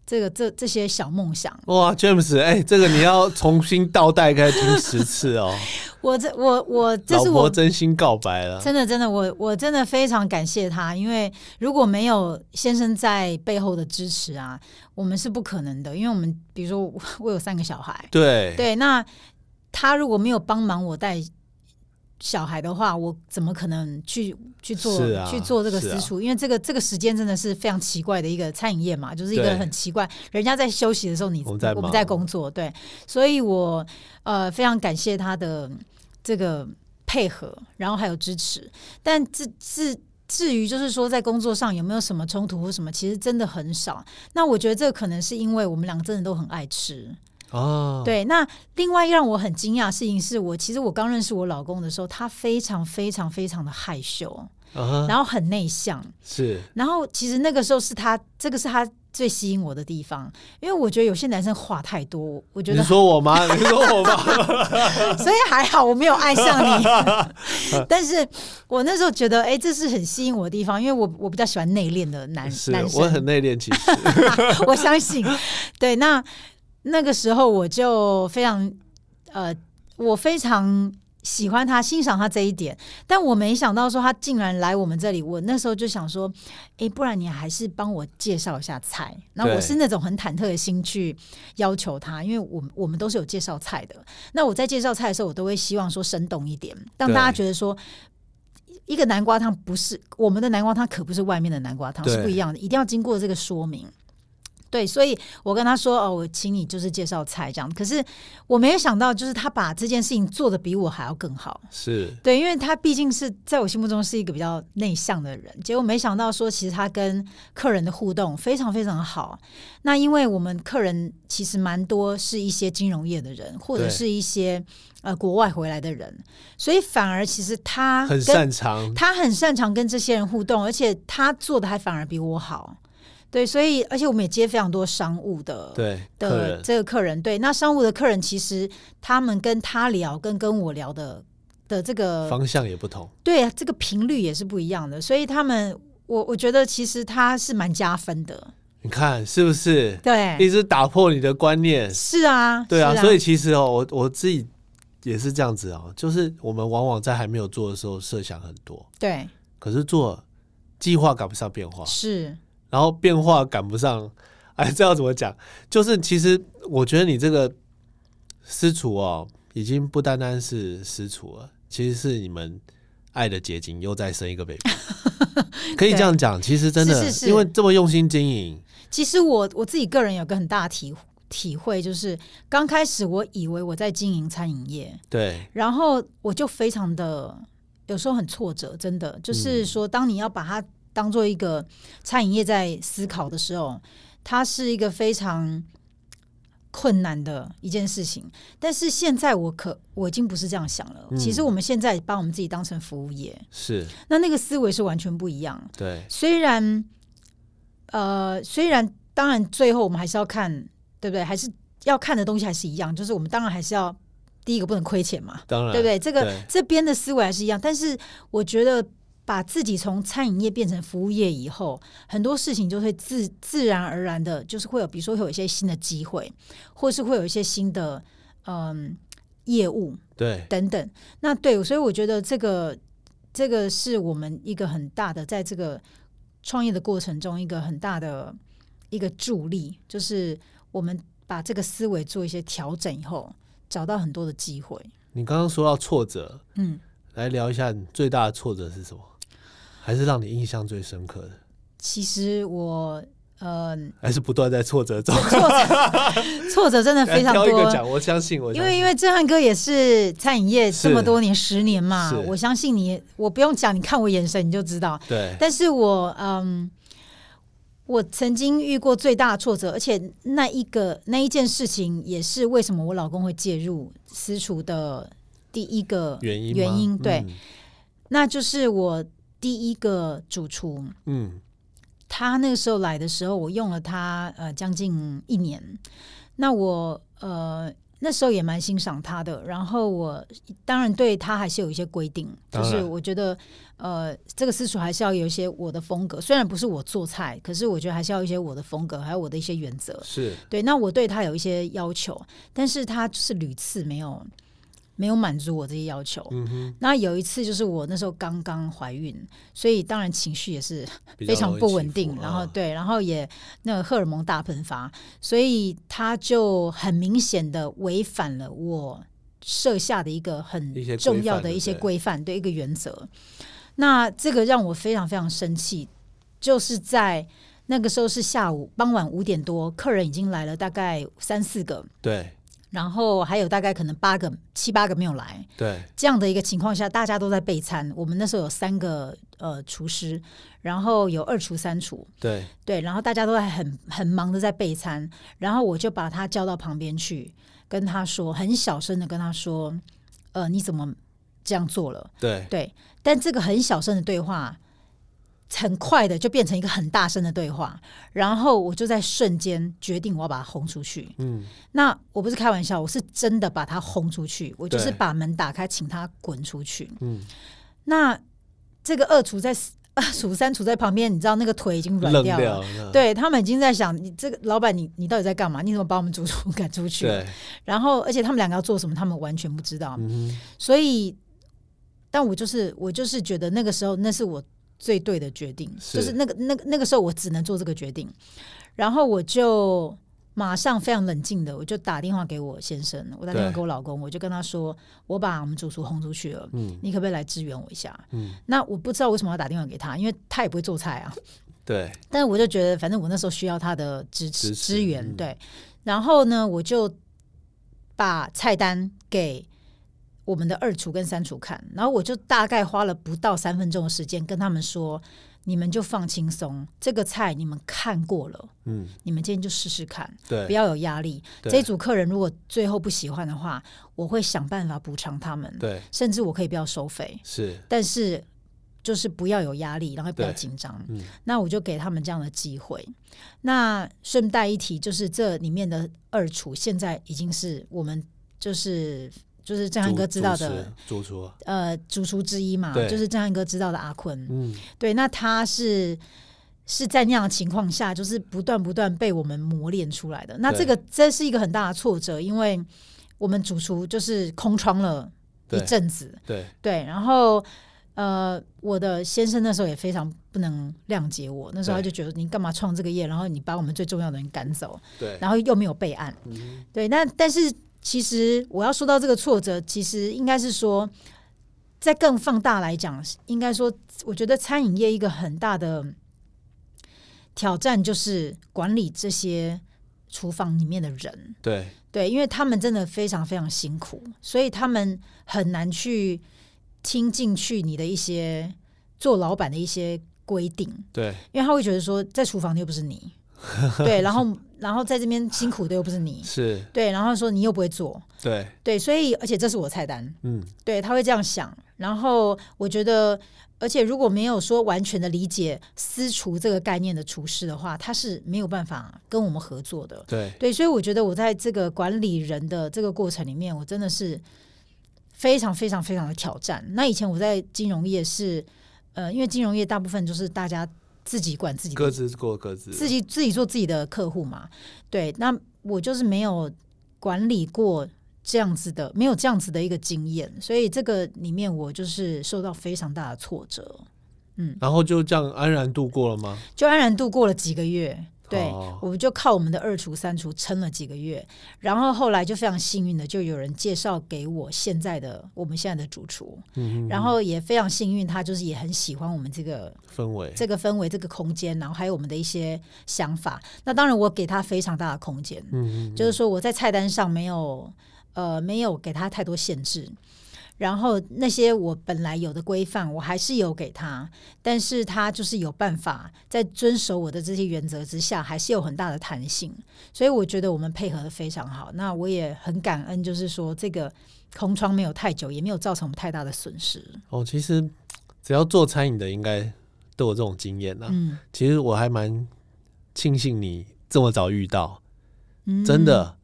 B: 这个这这些小梦想。
A: 哇，James，哎、这个你要重新倒带，该听十次哦。
B: 我这我我 (laughs) 这
A: 老
B: 是
A: 婆
B: 我
A: 真心告白了，
B: 真的真的我我真的非常感谢他，因为如果没有先生在背后的支持啊，我们是不可能的。因为我们比如说我我有三个小孩，
A: 对，
B: 对，那他如果没有帮忙我带小孩的话，我怎么可能去去做、
A: 是啊
B: 去做这个
A: 是
B: 私
A: 啊
B: 厨？因为这个这个时间真的是非常奇怪的一个餐饮业嘛，就是一个
A: 对
B: 很奇怪，人家在休息的时候你，
A: 我们在
B: 我们
A: 忙
B: 在工作，对，所以我呃非常感谢他的这个配合，然后还有支持，但至至。至于就是说，在工作上有没有什么冲突或什么，其实真的很少。那我觉得这可能是因为我们两个真的都很爱吃，
A: 哦，
B: 对，那另外让我很惊讶的事情是我，其实我刚认识我老公的时候，他非常非常非常的害羞，
A: 啊哈，
B: 然后很内向，
A: 是
B: 然后其实那个时候是他，这个是他最吸引我的地方，因为我觉得有些男生话太多，我觉
A: 你
B: 得
A: 说我
B: (laughs)
A: 吗？你说我吗？ (laughs)
B: 所以还好我没有爱上你， (laughs) 但是我那时候觉得，哎、这是很吸引我的地方，因为我我比较喜欢内敛的男
A: 是
B: 男，生，
A: 我很内敛，其
B: (laughs)
A: 实
B: 我相信，对，那那个时候我就非常呃，我非常喜欢他，欣赏他这一点，但我没想到说他竟然来我们这里。我那时候就想说，诶，不然你还是帮我介绍一下菜。那我
A: 对
B: 是那种很忐忑的心去要求他，因为我们我们都是有介绍菜的。那我在介绍菜的时候，我都会希望说生动一点，让
A: 对
B: 大家觉得说。一个南瓜汤不是我们的南瓜汤，可不是外面的南瓜汤，是
A: 对
B: 不一样的，一定要经过这个说明。对，所以我跟他说哦，我请你就是介绍菜这样。可是我没有想到，就是他把这件事情做的比我还要更好。
A: 是
B: 对，因为他毕竟是在我心目中是一个比较内向的人，结果没想到说，其实他跟客人的互动非常非常好。那因为我们客人其实蛮多是一些金融业的人，或者
A: 对
B: 是一些呃国外回来的人，所以反而其实他
A: 很
B: 跟
A: 擅长，
B: 他很擅长跟这些人互动，而且他做的还反而比我好。对，所以而且我们也接非常多商务的
A: 对客
B: 的
A: 人
B: 这个客人，对，那商务的客人其实他们跟他聊，跟跟我聊的的这个
A: 方向也不同，
B: 对这个频率也是不一样的，所以他们我我觉得其实他是蛮加分的，
A: 你看是不是？
B: 对，
A: 一直打破你的观念，
B: 是啊，
A: 对啊，
B: 是啊
A: 所以其实哦，我我自己也是这样子哦，就是我们往往在还没有做的时候设想很多，
B: 对
A: 可是做计划赶不上变化，
B: 是
A: 然后变化赶不上， (laughs) 哎，这要怎么讲？就是其实我觉得你这个私厨哦，已经不单单是私厨了，其实是你们爱的结晶，又再生一个
B: (laughs)
A: baby，可以这样讲。其实真的，
B: 是是是
A: 因为这么用心经营，
B: 其实我我自己个人有个很大的体体会，就是刚开始我以为我在经营餐饮业，
A: 对
B: 然后我就非常的有时候很挫折，真的就是说，当你要把它当做一个餐饮业在思考的时候，它是一个非常困难的一件事情。但是现在我可我已经不是这样想了。
A: 嗯
B: 其实我们现在把我们自己当成服务业，
A: 是，
B: 那那个思维是完全不一样。
A: 对
B: 虽然，呃，虽然当然最后我们还是要看，对不对？还是要看的东西还是一样，就是我们当然还是要第一个不能亏钱嘛，
A: 当然
B: 对不对？这个
A: 嗯对
B: 这边的思维还是一样，但是我觉得把自己从餐饮业变成服务业以后，很多事情就会自自然而然的，就是会有，比如说会有一些新的机会，或是会有一些新的嗯业务
A: 对
B: 等等。那对，所以我觉得这个这个是我们一个很大的在这个创业的过程中一个很大的一个助力，就是我们把这个思维做一些调整以后，找到很多的机会。
A: 你刚刚说到挫折，
B: 嗯，
A: 来聊一下你最大的挫折是什么？还是让你印象最深刻的？
B: 其实我呃
A: 还是不断在挫折中？
B: 挫折挫折真的非常
A: 挑一个
B: 多。
A: 讲，我相信我
B: 因
A: 相
B: 为
A: 信
B: 因为震撼哥也是餐饮业这么
A: 是
B: 多年十年嘛
A: 是，
B: 我相信你，我不用讲，你看我眼神你就知道。
A: 对
B: 但是我嗯，我曾经遇过最大的挫折，而且那一个那一件事情也是为什么我老公会介入私厨的第一个
A: 原因吗嗯
B: 原因对，那就是我第一个主厨，
A: 嗯
B: 他那个时候来的时候，我用了他呃将近一年。那我呃那时候也蛮欣赏他的，然后我当然对他还是有一些规定，就
A: 当
B: 是
A: 然
B: 我觉得呃这个私厨还是要有一些我的风格，虽然不是我做菜，可是我觉得还是要有一些我的风格，还有我的一些原则
A: 嗯，。是
B: 对，那我对他有一些要求，但是他就是屡次没有没有满足我这些要求。
A: 嗯哼，
B: 那有一次就是我那时候刚刚怀孕，所以当然情绪也是
A: 比较
B: 非常不稳定
A: 容易，起伏
B: 然后
A: 啊
B: 对，然后也那个荷尔蒙大喷发，所以他就很明显的违反了我设下的一个很
A: 一些规
B: 重要
A: 范
B: 的
A: 对
B: 一
A: 不
B: 些
A: 对
B: 规范，对一个原则。那这个让我非常非常生气，就是在那个时候是下午傍晚五点多，客人已经来了大概三四个，
A: 对
B: 然后还有大概可能八个七八个没有来，
A: 对
B: 这样的一个情况下，大家都在备餐。我们那时候有三个呃厨师，然后有二厨三厨，
A: 对，
B: 对，然后大家都在很很忙的在备餐。然后我就把他叫到旁边去，跟他说，很小声的跟他说，呃，你怎么这样做了？
A: 对，
B: 对，但这个很小声的对话，很快的就变成一个很大声的对话。然后我就在瞬间决定我要把他轰出去。
A: 嗯，
B: 那我不是开玩笑，我是真的把他轰出去，我就是
A: 对
B: 把门打开，请他滚出去。
A: 嗯，
B: 那这个二厨在二厨三厨在旁边，你知道那个腿已经软
A: 冷
B: 掉了。
A: 了，
B: 对他们已经在想，你这个老板你，你到底在干嘛？你怎么把我们主厨赶出 (laughs) 去？
A: 嗯对，
B: 然后，而且他们两个要做什么，他们完全不知道。
A: 嗯哼，
B: 所以，但我就是我就是觉得那个时候那是我最对的决定，
A: 是
B: 就是那个那个那个时候我只能做这个决定，然后我就马上非常冷静的，我就打电话给我先生，我打电话
A: 对
B: 给我老公，我就跟他说，我把我们主厨轰出去了。
A: 嗯
B: 你可不可以来支援我一下？
A: 嗯，
B: 那我不知道为什么要打电话给他，因为他也不会做菜啊。
A: 对，
B: 但是我就觉得，反正我那时候需要他的支持
A: 支持
B: 支援，
A: 嗯
B: 对。然后呢，我就把菜单给我们的二厨跟三厨看，然后我就大概花了不到三分钟的时间跟他们说：“你们就放轻松，这个菜你们看过了，
A: 嗯
B: 你们今天就试试看，
A: 对，
B: 不要有压力。
A: 对
B: 这一组客人如果最后不喜欢的话，我会想办法补偿他们，
A: 对
B: 甚至我可以不要收费，
A: 是，
B: 但是就是不要有压力，然后不要
A: 对
B: 紧张。”
A: 嗯
B: 那我就给他们这样的机会。那顺带一提，就是这里面的二厨现在已经是我们就是就是正汉
A: 主
B: 哥知道
A: 主
B: 的
A: 持主厨，
B: 呃主厨之一嘛，
A: 对
B: 就是正汉哥知道的阿坤。
A: 嗯，
B: 对，那他是。是在那样的情况下，就是不断不断被我们磨练出来的。那
A: 对
B: 这个这是一个很大的挫折，因为我们主厨就是空窗了一
A: 对
B: 阵子，
A: 嗯对
B: 对，然后呃，我的先生那时候也非常不能谅解我，那时候他
A: 对
B: 就觉得你干嘛创这个业，然后你把我们最重要的人赶走，
A: 对，
B: 然后又没有备案，
A: 嗯
B: 对，那但是其实我要说到这个挫折，其实应该是说，在更放大来讲，应该说，我觉得餐饮业一个很大的挑战就是管理这些厨房里面的人，
A: 对
B: 对，因为他们真的非常非常辛苦，所以他们很难去听进去你的一些做老板的一些规定，
A: 对
B: 因为他会觉得说，在厨房的又不是你，对，然后然后在这边辛苦的又不是你，
A: 是，
B: 对，然后说你又不会做，
A: 对，
B: 对，所以而且这是我菜单，
A: 嗯
B: 对，他会这样想。然后我觉得，而且如果没有说完全的理解私厨这个概念的厨师的话，他是没有办法跟我们合作的。
A: 对
B: 对，所以我觉得我在这个管理人的这个过程里面，我真的是非常非常非常的挑战。那以前我在金融业是，呃，因为金融业大部分就是大家自己管自己的
A: 各自过各自，
B: 自己自己做自己的客户嘛。对，那我就是没有管理过这样子的，没有这样子的一个经验，所以这个里面我就是受到非常大的挫折，
A: 然后就这样安然度过了吗？
B: 就安然度过了几个月。对
A: 哦，
B: 我们就靠我们的二厨、三厨撑了几个月，然后后来就非常幸运的，就有人介绍给我现在的我们现在的主厨，
A: 嗯哼，
B: 然后也非常幸运，他就是也很喜欢我们这个
A: 氛围，
B: 这个氛围、这个空间，然后还有我们的一些想法。那当然，我给他非常大的空间，
A: 嗯哼，
B: 就是说我在菜单上没有呃没有给他太多限制。然后那些我本来有的规范，我还是有给他，但是他就是有办法在遵守我的这些原则之下，还是有很大的弹性。所以我觉得我们配合的非常好。那我也很感恩，就是说这个空窗没有太久，也没有造成我们太大的损失。
A: 哦，其实只要做餐饮的，应该都有这种经验啦。
B: 嗯，
A: 其实我还蛮庆幸你这么早遇到，
B: 嗯
A: 真的。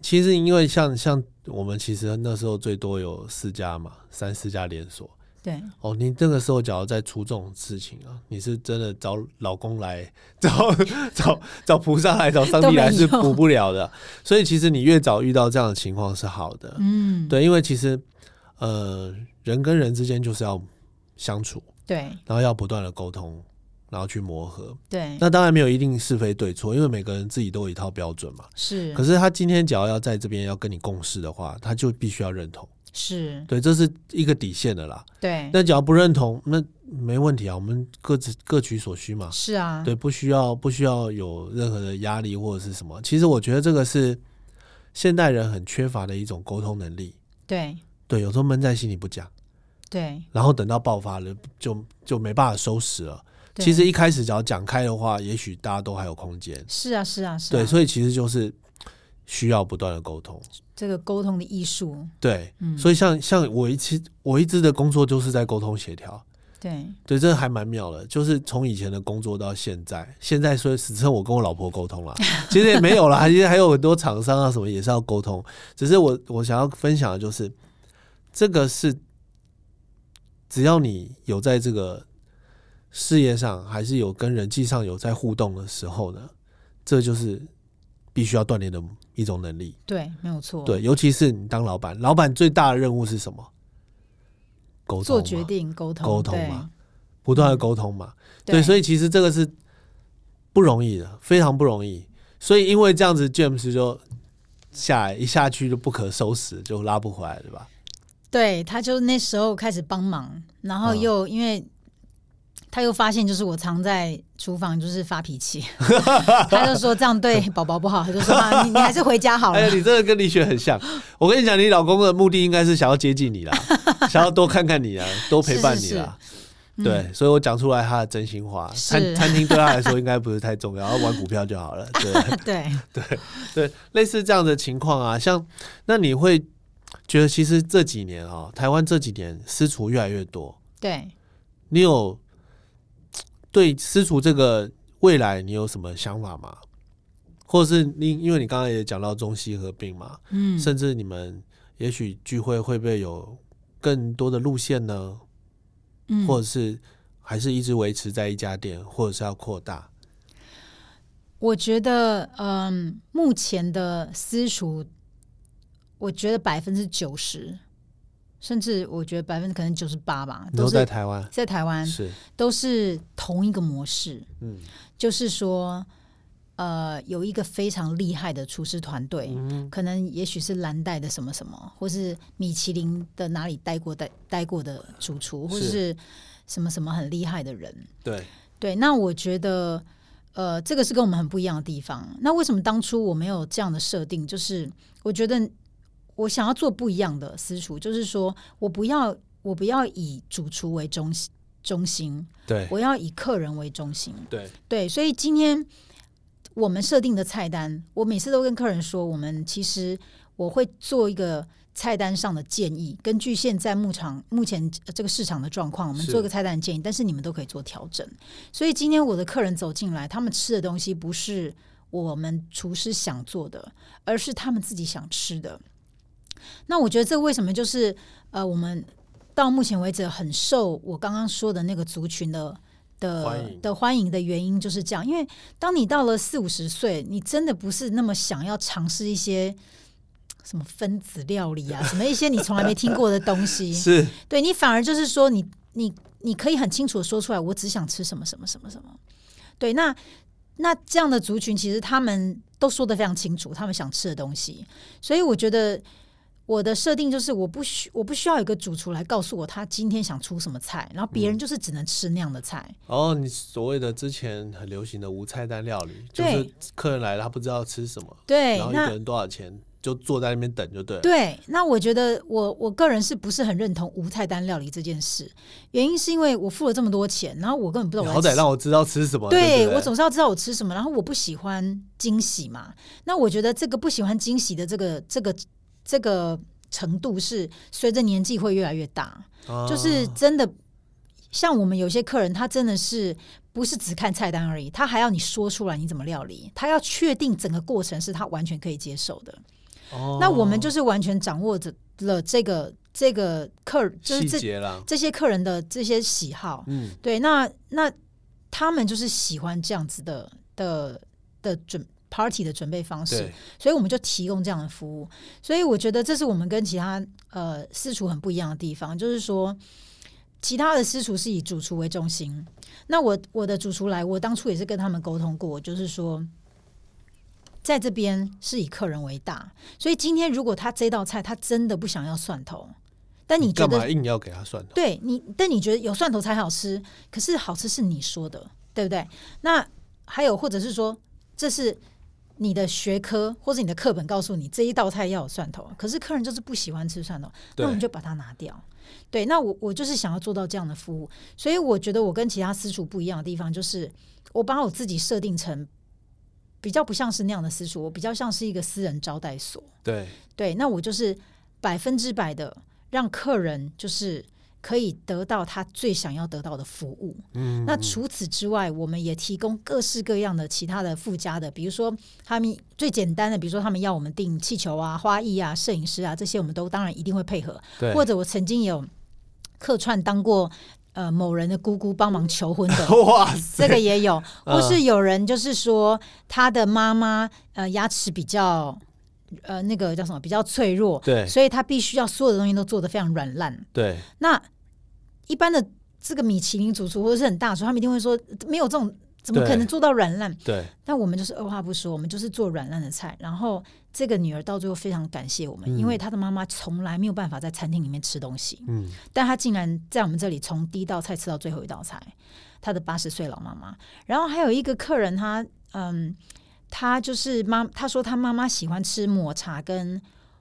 A: 其实因为像像我们其实那时候最多有四家嘛，三四家连锁。
B: 对，
A: 哦，你这个时候假如再出这种事情啊，你是真的找老公来，找 (laughs) 找找菩萨来，找上帝来
B: 都没
A: 是
B: 用
A: 补不了的。所以其实你越早遇到这样的情况是好的，
B: 嗯，
A: 对，因为其实呃人跟人之间就是要相处，
B: 对
A: 然后要不断的沟通，然后去磨合。
B: 对，
A: 那当然没有一定是非对错，因为每个人自己都有一套标准嘛。
B: 是
A: 可是他今天只要要在这边要跟你共事的话，他就必须要认同，
B: 是，
A: 对，这是一个底线的啦。
B: 对
A: 那只要不认同，那没问题啊，我们各自各取所需嘛。
B: 是啊，
A: 对，不需要不需要有任何的压力或者是什么。其实我觉得这个是现代人很缺乏的一种沟通能力。
B: 对
A: 对，有时候闷在心里不讲，
B: 对，
A: 然后等到爆发了就就没办法收拾了。
B: 对
A: 其实一开始只要讲开的话，也许大家都还有空间。
B: 是啊是啊是啊，
A: 对，所以其实就是需要不断的沟通。
B: 这个沟通的艺术，
A: 对，
B: 嗯，
A: 所以像像我一期我一直的工作就是在沟通协调。
B: 对
A: 对，这还蛮妙的，就是从以前的工作到现在，现在所以只剩我跟我老婆沟
B: (laughs)
A: 通啦，其实也没有啦，其实还有很多厂商啊什么也是要沟通，只是我我想要分享的就是，这个是只要你有在这个事业上，还是有跟人际上有在互动的时候呢，这就是必须要锻炼的一种能力。
B: 对，没有错，
A: 对，尤其是你当老板，老板最大的任务是什么？沟通
B: 做
A: 嘛，
B: 决定沟通
A: 沟通
B: 对
A: 嘛不断的沟通嘛。对，
B: 对，
A: 所
B: 以
A: 以其实这个是不容易的，非常不容易。所以因为这样子，James 就下来一下去就不可收拾，就拉不回来，对吧？
B: 对他就那时候开始帮忙，然后
A: 嗯
B: 又、因为。他又发现，就是我常在厨房就是发
A: (laughs)
B: 脾气，他就说这样对宝宝不好，他就说啊，你你还是回家好了
A: 哎。呀，你这个跟李雪很像。我跟你讲，你老公的目的应该是想要接近你啦，想要多看看你啊，多陪伴你啦。
B: 是嗯
A: 对，所以我讲出来他的真心话，
B: 是
A: 餐餐厅对他来说应该不是太重要，玩股票就好
B: (laughs)
A: 了。对
B: 对，
A: 对，类似这样的情况啊，像那你会觉得其实这几年啊、台湾这几年私厨越来越多，
B: 对，
A: 你有对私厨这个未来你有什么想法吗？或者是你因为你刚刚也讲到中西合并嘛，
B: 嗯，
A: 甚至你们也许聚会会不会有更多的路线呢？
B: 嗯
A: 或者是还是一直维持在一家店，或者是要扩大？
B: 我觉得，嗯，目前的私塾，我觉得百分之九十，甚至我觉得百分之可能九十八吧，
A: 你
B: 都
A: 都在
B: 是
A: 台湾
B: 在台湾
A: 是
B: 都是同一个模式，
A: 嗯
B: 就是说，呃，有一个非常厉害的厨师团队，
A: 嗯
B: 可能也许是蓝带的什么什么，或是米其林的哪里待过待待过的主厨，或
A: 是
B: 是什么什么很厉害的人，
A: 对
B: 对，那我觉得，呃，这个是跟我们很不一样的地方。那为什么当初我没有这样的设定？就是我觉得我想要做不一样的私厨，就是说我不要我不要以主厨为中心中心，
A: 对
B: 我要以客人为中心。
A: 对
B: 对，所以今天我们设定的菜单，我每次都跟客人说，我们其实我会做一个菜单上的建议，根据现在牧场目前呃这个市场的状况，我们
A: 是
B: 做一个菜单的建议，但是你们都可以做调整。所以今天我的客人走进来，他们吃的东西不是我们厨师想做的，而是他们自己想吃的。那我觉得这为什么就是呃，我们到目前为止很受我刚刚说的那个族群的的
A: 欢迎
B: 的欢迎的原因就是这样，因为当你到了四五十岁，你真的不是那么想要尝试一些。什么分子料理啊，什么一些你从来没听过的
A: (laughs)
B: 东西，
A: 是
B: 对你反而就是说你你你可以很清楚的说出来，我只想吃什么什么什么什么。对，那那这样的族群其实他们都说的非常清楚，他们想吃的东西，所以我觉得。我的设定就是，我不需我不需要有一个主厨来告诉我他今天想出什么菜，然后别
A: 嗯
B: 人就是只能吃那样的菜。
A: 哦，你所谓的之前很流行的无菜单料理，就是
B: 对
A: 客人来了他不知道吃什么，
B: 对
A: 然后，一个
B: 哎那
A: 人多少钱，就坐在那边等就对了。
B: 对，那我觉得我我个人是不是很认同无菜单料理这件事？原因是因为我付了这么多钱，然后我根本不懂
A: 你
B: 我
A: 好歹
B: 在吃
A: 让我知道吃什么。
B: 对
A: 对不对
B: 我总是要知道我吃什么，然后我不喜欢惊喜嘛。那我觉得这个不喜欢惊喜的这个这个这个程度是随着年纪会越来越大，
A: 啊
B: 就是真的像我们有些客人，他真的是不是只看菜单而已，他还要你说出来你怎么料理，他要确定整个过程是他完全可以接受的。
A: 哦
B: 那我们就是完全掌握着了这个这个客，就是
A: 细
B: 这
A: 节啦。
B: 这些客人的这些喜好。
A: 嗯，
B: 对，那那他们就是喜欢这样子的的的准 party 的准备方式
A: 对，，
B: 所以我们就提供这样的服务。所以我觉得这是我们跟其他呃私厨很不一样的地方，就是说。其他的私厨是以主厨为中心，那我我的主厨来，我当初也是跟他们沟通过，就是说，在这边是以客人为大，所以今天如果他这道菜他真的不想要蒜头，但你觉
A: 干
B: 得
A: 嘛硬要给他算头？
B: 对你，但你觉得有蒜头才好吃，可是好吃是你说的，对不对？那还有，或者是说，这是你的学科或者你的课本告诉你这一道菜要有蒜头，可是客人就是不喜欢吃蒜头，那我们
A: 对
B: 就把它拿掉。对，那我我就是想要做到这样的服务，所以我觉得我跟其他私厨不一样的地方就是，我把我自己设定成比较不像是那样的私厨，我比较像是一个私人招待所。
A: 对，
B: 对，那我就是百分之百的让客人就是可以得到他最想要得到的服务。
A: 嗯，
B: 那除此之外，我们也提供各式各样的其他的附加的，比如说他们最简单的，比如说他们要我们订气球啊、花艺啊、摄影师啊这些，我们都当然一定会配合。
A: 对，。
B: 或者我曾经有客串当过呃某人的姑姑，帮忙求婚的
A: 哇
B: 这
A: 塞，
B: 个也
A: (laughs)
B: 有，
A: 嗯
B: 或是有人就是说他的妈妈呃牙齿比较呃那个叫什么比较脆弱，
A: 对
B: 所以他必须要所有的东西都做得非常软烂。
A: 对，
B: 那一般的这个米其林主厨或者是很大厨，他们一定会说没有这种。怎么可能做到软烂？
A: 对，
B: 但我们就是二话不说，我们就是做软烂的菜。然后这个女儿到最后非常感谢我们，
A: 嗯
B: 因为她的妈妈从来没有办法在餐厅里面吃东西。
A: 嗯，
B: 但他竟然在我们这里从第一道菜吃到最后一道菜，他的八十岁老妈妈。然后还有一个客人他，嗯，他就是妈，他说他妈妈喜欢吃抹茶跟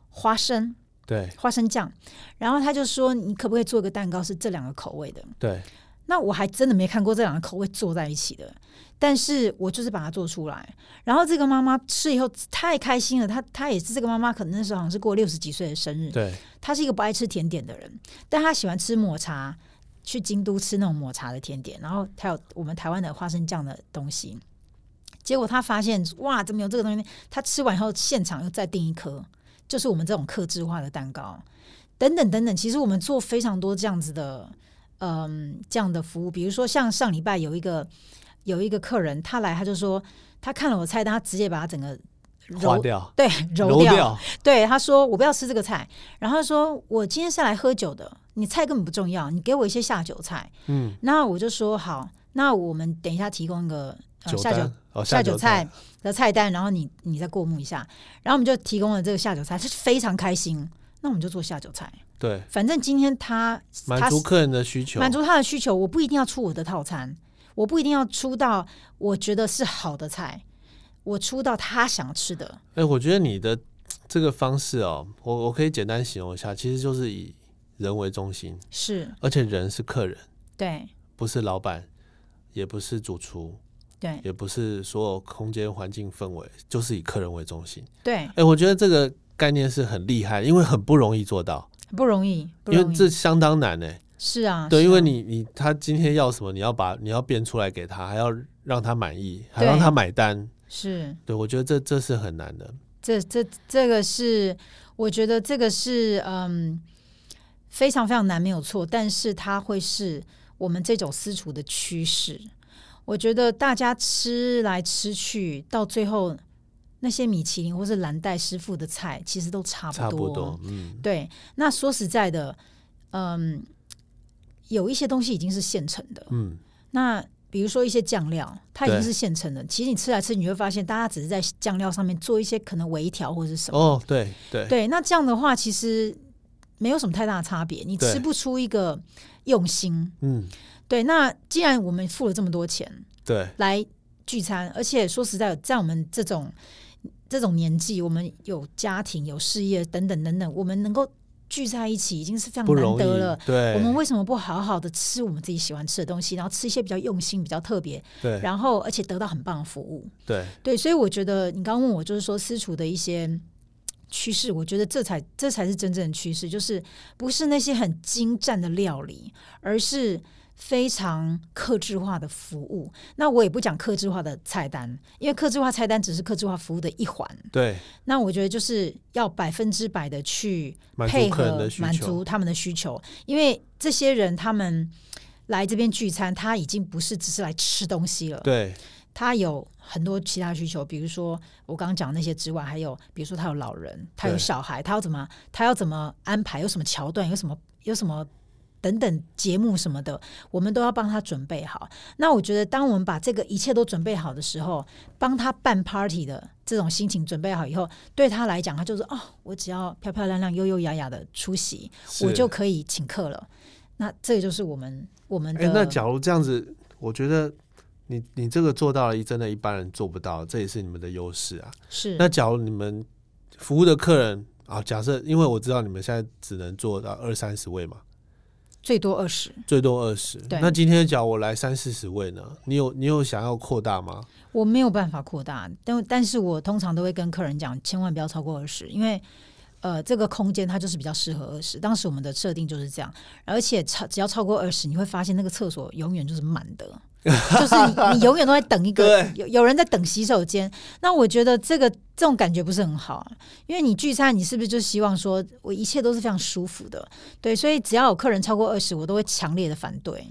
B: 花生
A: 对
B: 花生酱，然后他就说你可不可以做个蛋糕是这两个口味的？
A: 对，
B: 那我还真的没看过这两个口味做在一起的，但是我就是把它做出来。然后这个妈妈吃以后太开心了，她她也是这个妈妈，可能那时候好像是过六十几岁的生日，
A: 对，
B: 他是一个不爱吃甜点的人，但他喜欢吃抹茶，去京都吃那种抹茶的甜点，然后还有我们台湾的花生酱的东西。结果他发现，哇，怎么有这个东西？他吃完以后，现场又再订一颗，就是我们这种克制化的蛋糕，等等等等。其实我们做非常多这样子的，嗯，这样的服务。比如说，像上礼拜有一个有一个客人，他来，他就说他看了我菜单，他直接把它整个
A: 花
B: 揉
A: 掉，
B: 对
A: 揉
B: 揉掉，啊对，他说我不要吃这个菜，然后他说我今天是来喝酒的，你菜根本不重要，你给我一些下酒菜。
A: 嗯，
B: 那我就说好，那我们等一下提供一个、呃、
A: 酒
B: 下酒
A: 单哦，
B: 下
A: 酒
B: 酒菜，的菜单，然后你你再过目一下，然后我们就提供了这个下酒菜，他就非常开心。那我们就做下酒菜，
A: 对，
B: 反正今天他
A: 满
B: 他
A: 足客人的需求，
B: 满足他的需求，我不一定要出我的套餐，我不一定要出到我觉得是好的菜，我出到他想吃的。
A: 哎、我觉得你的这个方式哦，我我可以简单形容一下，其实就是以人为中心，
B: 是
A: 而且人是客人，
B: 对
A: 不是老板，也不是主厨，
B: 对
A: 也不是所有空间环境氛围，就是以客人为中心。
B: 对
A: 哎、，我觉得这个概念是很厉害，因为很不容易做到，
B: 不容易，不
A: 因
B: 容
A: 为
B: 易。
A: 这相当难呢、
B: 是啊，
A: 对，
B: 是
A: 因为
B: 啊
A: 你你他今天要什么，你要把你要变出来给他，还要让他满意，还
B: 对
A: 让他买单。
B: 是
A: 对，我觉得这这是很难的。
B: 这这这个是，我觉得这个是嗯非常非常难，没有错，但是它会是我们这种私厨的趋势。我觉得大家吃来吃去，到最后那些米其林或是蓝带师傅的菜，其实都差不
A: 差
B: 多。
A: 不多，嗯，
B: 对，那说实在的，嗯，有一些东西已经是现成的，
A: 嗯，
B: 那比如说一些酱料，它已经
A: 对
B: 是现成的。其实你吃来吃，你会发现大家只是在酱料上面做一些可能微调或者是什么。
A: 哦，对对
B: 对，那这样的话其实没有什么太大的差别，你
A: 对
B: 吃不出一个用心。
A: 嗯，
B: 对，那既然我们付了这么多钱
A: 对
B: 来聚餐，而且说实在，在我们这种这种年纪，我们有家庭、有事业等等等等，我们能够聚在一起已经是非常
A: 不容
B: 难
A: 易
B: 得了。。
A: 对，
B: 我们为什么不好好的吃我们自己喜欢吃的东西，然后吃一些比较用心、比较特别，
A: 对
B: 然后而且得到很棒的服务？
A: 对
B: 对，所以我觉得你刚刚问我，就是说私厨的一些嗯趋势，我觉得这才这才是真正的趋势，就是不是那些很精湛的料理，而是非常克制化的服务。那我也不讲克制化的菜单，因为克制化菜单只是克制化服务的一环。
A: 对，
B: 那我觉得就是要百分之百的去
A: 满
B: 配
A: 足客人
B: 合
A: 的需
B: 满
A: 求，
B: 足他们的需求，因为这些人他们来这边聚餐，他已经不是只是来吃东西了，
A: 对
B: 他有很多其他需求，比如说我刚刚讲那些之外，还有比如说他有老人，他有
A: 对
B: 小孩，他要怎么他要怎么安排，有什么桥段，有什么有什么等等节目什么的，我们都要帮他准备好。那我觉得，当我们把这个一切都准备好的时候，帮他办 party 的这种心情准备好以后，对他来讲，他就是哦，我只要漂漂亮亮、优优雅雅的出席，我
A: 是
B: 就可以请客了。那这就是我们我们
A: 哎、
B: 的、
A: 那假如这样子，我觉得你你这个做到了，真的一般人做不到，这也是你们的优势啊。
B: 是
A: 那假如你们服务的客人啊，假设因为我知道你们现在只能做到二三十位嘛，
B: 最多二十。
A: 最多二十。
B: 对
A: 那今天假如我来三四十位呢？你有你有想要扩大吗？
B: 我没有办法扩大，但但是我通常都会跟客人讲，千万不要超过二十，因为呃，这个空间它就是比较适合二十。当时我们的设定就是这样，而且超只要超过二十，你会发现那个厕所永远就是满的，就是你你永远都在等一个
A: 对
B: 有有人在等洗手间。那我觉得这个这种感觉不是很好，因为你聚餐，你是不是就希望说我一切都是非常舒服的？对，所以只要有客人超过二十，我都会强烈的反对。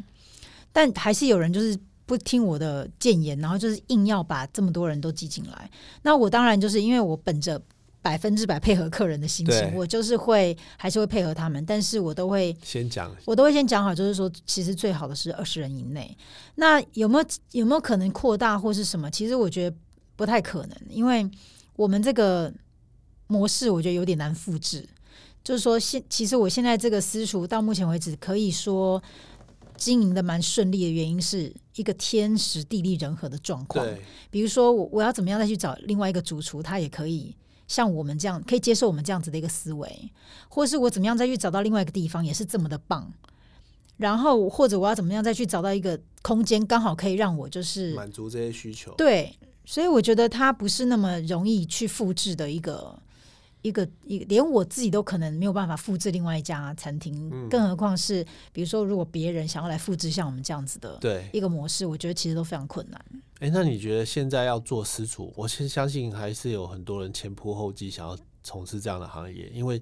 B: 但还是有人就是不听我的谏言，然后就是硬要把这么多人都挤进来。那我当然就是因为我本着百分之百配合客人的心情
A: 对，
B: 我就是会还是会配合他们，但是我都会
A: 先讲
B: 我都会先讲好，就是说，其实最好的是二十人以内。那有没有有没有可能扩大或是什么？其实我觉得不太可能，因为我们这个模式我觉得有点难复制。就是说，现其实我现在这个私塾到目前为止，可以说经营的蛮顺利的原因，是一个天时地利人和的状况。
A: 对
B: 比如说我我要怎么样再去找另外一个主厨，他也可以像我们这样，可以接受我们这样子的一个思维，或是我怎么样再去找到另外一个地方，也是这么的棒。然后或者我要怎么样再去找到一个空间，刚好可以让我就是
A: 满足这些需求。
B: 对，所以我觉得它不是那么容易去复制的一个。一个一个连我自己都可能没有办法复制另外一家餐厅，
A: 嗯
B: 更何况是比如说，如果别人想要来复制像我们这样子的
A: 对，
B: 一个模式，我觉得其实都非常困难。
A: 哎、那你觉得现在要做私厨，我是相信还是有很多人前仆后继想要从事这样的行业，因为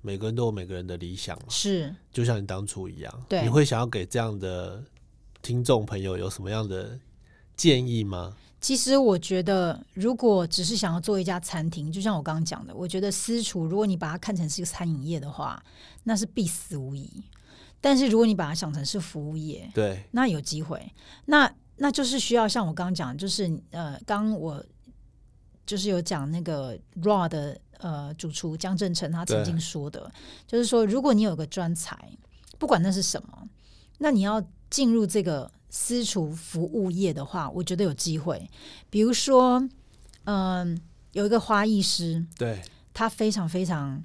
A: 每个人都有每个人的理想嘛，
B: 是，
A: 就像你当初一样。
B: 对
A: 你会想要给这样的听众朋友有什么样的建议吗？
B: 其实我觉得，如果只是想要做一家餐厅，就像我刚刚讲的，我觉得私厨，如果你把它看成是一个餐饮业的话，那是必死无疑。但是如果你把它想成是服务业，
A: 对
B: 那有机会，那那就是需要像我刚刚讲的，就是呃，刚刚我就是有讲那个 RAW 的呃主厨江正成他曾
A: 对
B: 经说的，就是说如果你有个专才，不管那是什么，那你要进入这个私厨服务业的话，我觉得有机会。比如说，嗯、有一个花艺师，
A: 对，
B: 他非常非常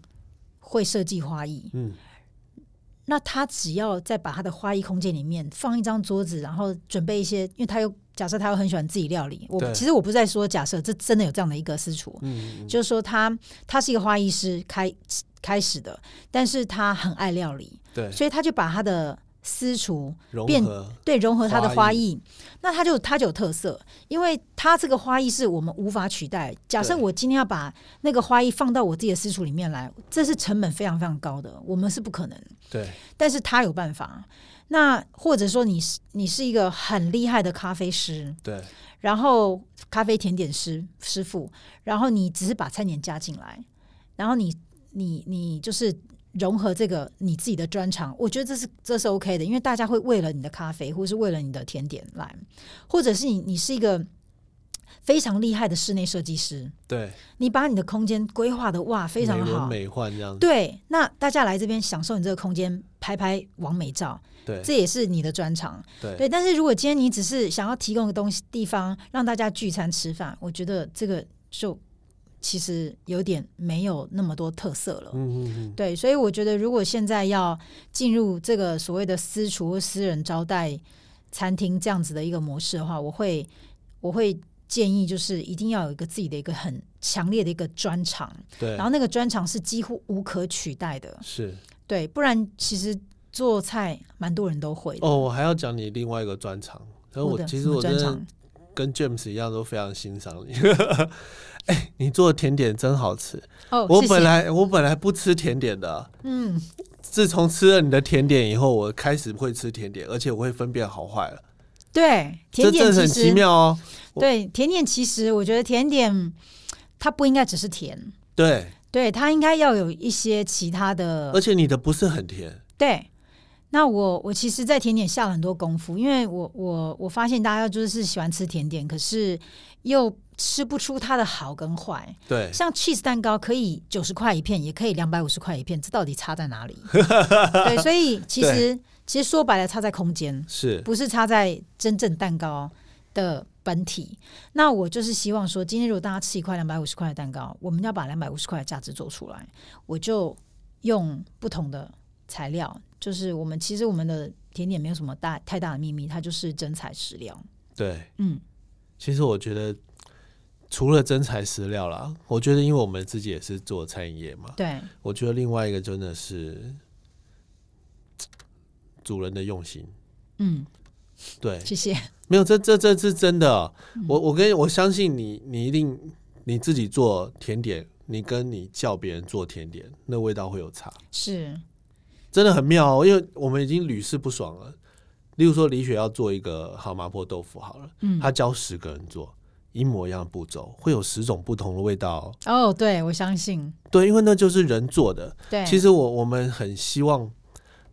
B: 会设计花艺，
A: 嗯，
B: 那他只要再把他的花艺空间里面放一张桌子，然后准备一些，因为他又假设他又很喜欢自己料理。我
A: 对
B: 其实我不是在说假设，这真的有这样的一个私厨，
A: 嗯嗯，
B: 就是说他他是一个花艺师开开始的，但是他很爱料理，
A: 对，
B: 所以他就把他的私厨
A: 融
B: 变
A: 合
B: 对融合他的
A: 花
B: 花
A: 艺
B: 艺，那他就他就有特色，因为他这个花艺是我们无法取代。假设
A: 对
B: 我今天要把那个花艺放到我自己的私厨里面来，这是成本非常非常高的，我们是不可能。
A: 对
B: 但是他有办法。那或者说你是你是一个很厉害的咖啡师，
A: 对
B: 然后咖啡甜点师师傅，然后你只是把餐点加进来，然后你你你就是融合这个你自己的专长，我觉得这是这是 OK 的，因为大家会为了你的咖啡或是为了你的甜点来，或者是你你是一个非常厉害的室内设计师，
A: 对，
B: 你把你的空间规划的哇非常
A: 美轮
B: 好，
A: 美奂这样子，
B: 对，那大家来这边享受你这个空间，拍拍完美照，
A: 对
B: 这也是你的专长。
A: 对
B: 对，但是如果今天你只是想要提供个东西地方让大家聚餐吃饭，我觉得这个就其实有点没有那么多特色了。
A: 嗯嗯嗯，
B: 对，所以我觉得如果现在要进入这个所谓的私厨或私人招待餐厅这样子的一个模式的话，我会我会建议就是一定要有一个自己的一个很强烈的一个专长，
A: 对
B: 然，后那个专长是几乎无可取代的，
A: 是
B: 对，不然其实做菜蛮多人都会的。
A: 哦，我还要讲你另外一个专长，然后
B: 我
A: 我
B: 的
A: 其
B: 什
A: 实
B: 么
A: 我真
B: 专
A: 的
B: 长
A: 跟 James 一样都非常欣赏你。 (laughs) 哎、你做的甜点真好吃。
B: 哦，
A: 我
B: 谢谢
A: 本来我本来不吃甜点的，啊
B: 嗯，
A: 自从吃了你的甜点以后，我开始会吃甜点，而且我会分辨好坏了。
B: 对，
A: 这这
B: 甜点
A: 很
B: 其
A: 奇
B: 实
A: 妙哦。我
B: 对甜点其实我觉得甜点它不应该只是甜，
A: 对，
B: 对它应该要有一些其他的
A: 而且你的不是很甜，
B: 对，那我我其实，在甜点下了很多功夫，因为我我我发现大家就是喜欢吃甜点，可是又吃不出它的好跟坏。
A: 对，
B: 像 cheese 蛋糕可以九十块一片，也可以两百五十块一片，这到底差
A: (laughs)
B: 在哪里？对，所以其实其实说白了，差在空间，
A: 是
B: 不是差在真正蛋糕的。本体，那我就是希望说，今天如果大家吃一块两百五十块的蛋糕，我们要把两百五十块的价值做出来，我就用不同的材料，就是我们其实我们的甜点没有什么大太大的秘密，它就是真材实料。
A: 对。
B: 嗯，
A: 其实我觉得，除了真材实料啦，我觉得因为我们自己也是做餐饮业嘛，
B: 对，
A: 我觉得另外一个真的是主人的用心。
B: 嗯，
A: 对，
B: 谢谢。
A: 没有这这这是真的哦、
B: 嗯
A: 我我跟我相信你，你一定你自己做甜点，你跟你叫别人做甜点，那味道会有差，
B: 是，
A: 真的很妙、哦。因为我们已经屡试不爽了。例如说，李雪要做一个好麻婆豆腐好了，
B: 嗯，
A: 她教十个人做一模一样的步骤，会有十种不同的味道哦、
B: 哦，对，我相信，
A: 对，因为那就是人做的。
B: 对，
A: 其实我我们很希望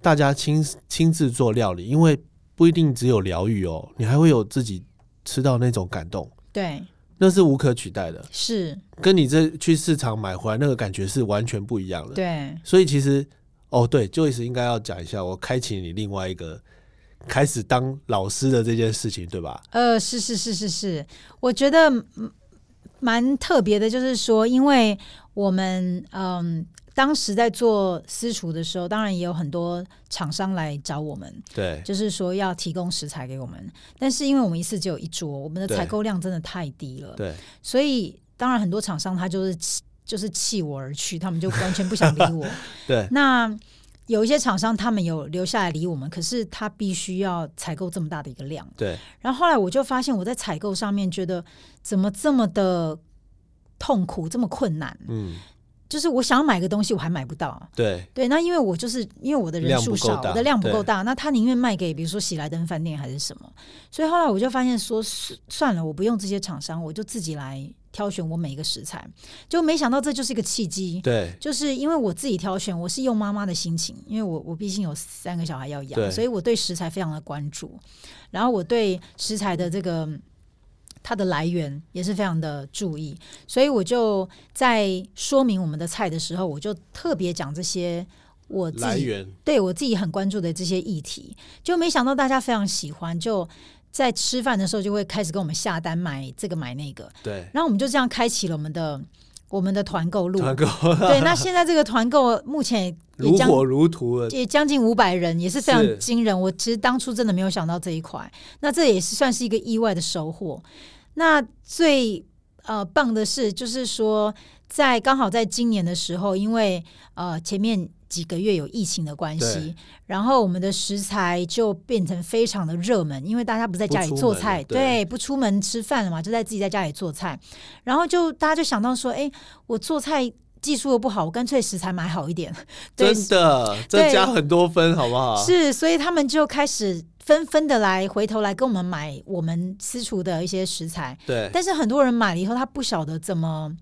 A: 大家亲亲自做料理，因为不一定只有疗愈哦，你还会有自己吃到那种感动，
B: 对
A: 那是无可取代的，
B: 是，
A: 跟你这去市场买回来那个感觉是完全不一样的。
B: 对，
A: 所以其实哦，对，Joyce 应该要讲一下，我开启你另外一个开始当老师的这件事情，对吧？
B: 呃，是是是是是，我觉得嗯蛮特别的，就是说，因为我们嗯。当时在做私厨的时候，当然也有很多厂商来找我们，
A: 对，
B: 就是说要提供食材给我们，但是因为我们一次只有一桌，我们的
A: 对
B: 采购量真的太低了，
A: 对，
B: 所以当然很多厂商他就是气就是弃我而去，他们就完全不想理
A: (laughs)
B: 我。
A: 对，
B: 那有一些厂商他们有留下来理我们，可是他必须要采购这么大的一个量。
A: 对，
B: 然后后来我就发现我在采购上面觉得怎么这么的痛苦，这么困难，
A: 嗯，
B: 就是我想买个东西我还买不到。
A: 对，
B: 对，那因为我就是因为我的人
A: 量不
B: 数
A: 够
B: 少，
A: 大
B: 我的量不够
A: 对
B: 大，那他宁愿卖给比如说喜来登饭店还是什么，所以后来我就发现说，是算了，我不用这些厂商，我就自己来挑选我每一个食材，就没想到这就是一个契机。
A: 对，
B: 就是因为我自己挑选，我是用妈妈的心情，因为我我毕竟有三个小孩要
A: 对
B: 养，所以我对食材非常的关注，然后我对食材的这个它的来源也是非常的注意，所以我就在说明我们的菜的时候，我就特别讲这些我自
A: 来
B: 己
A: 源，
B: 对我自己很关注的这些议题，就没想到大家非常喜欢，就在吃饭的时候就会开始跟我们下单买这个买那个，
A: 对，
B: 然后我们就这样开启了我们的我们的团购路。
A: 团购
B: (laughs)
A: (laughs)
B: 对，那现在这个团购目前也
A: 如
B: 也将
A: 火如荼了，
B: 也将近五百人，也是非
A: 是
B: 常惊人。我其实当初真的没有想到这一块，那这也是算是一个意外的收获。那最呃棒的是，就是说在刚好在今年的时候，因为呃前面几个月有疫情的关
A: 对
B: 系，然后我们的食材就变成非常的热门，因为大家不在家里
A: 不出
B: 做
A: 门
B: 菜，
A: 了对
B: 不出门吃饭了嘛，就在自己在家里做菜，然后就大家就想到说，哎，我做菜。技术又不好，我干脆食材买好一点。 (laughs) 对，
A: 真的，这
B: 对
A: 加很多分，好不好？
B: 是，所以他们就开始纷纷的来回头来跟我们买我们私厨的一些食材，
A: 对，
B: 但是很多人买了以后，他不晓得怎么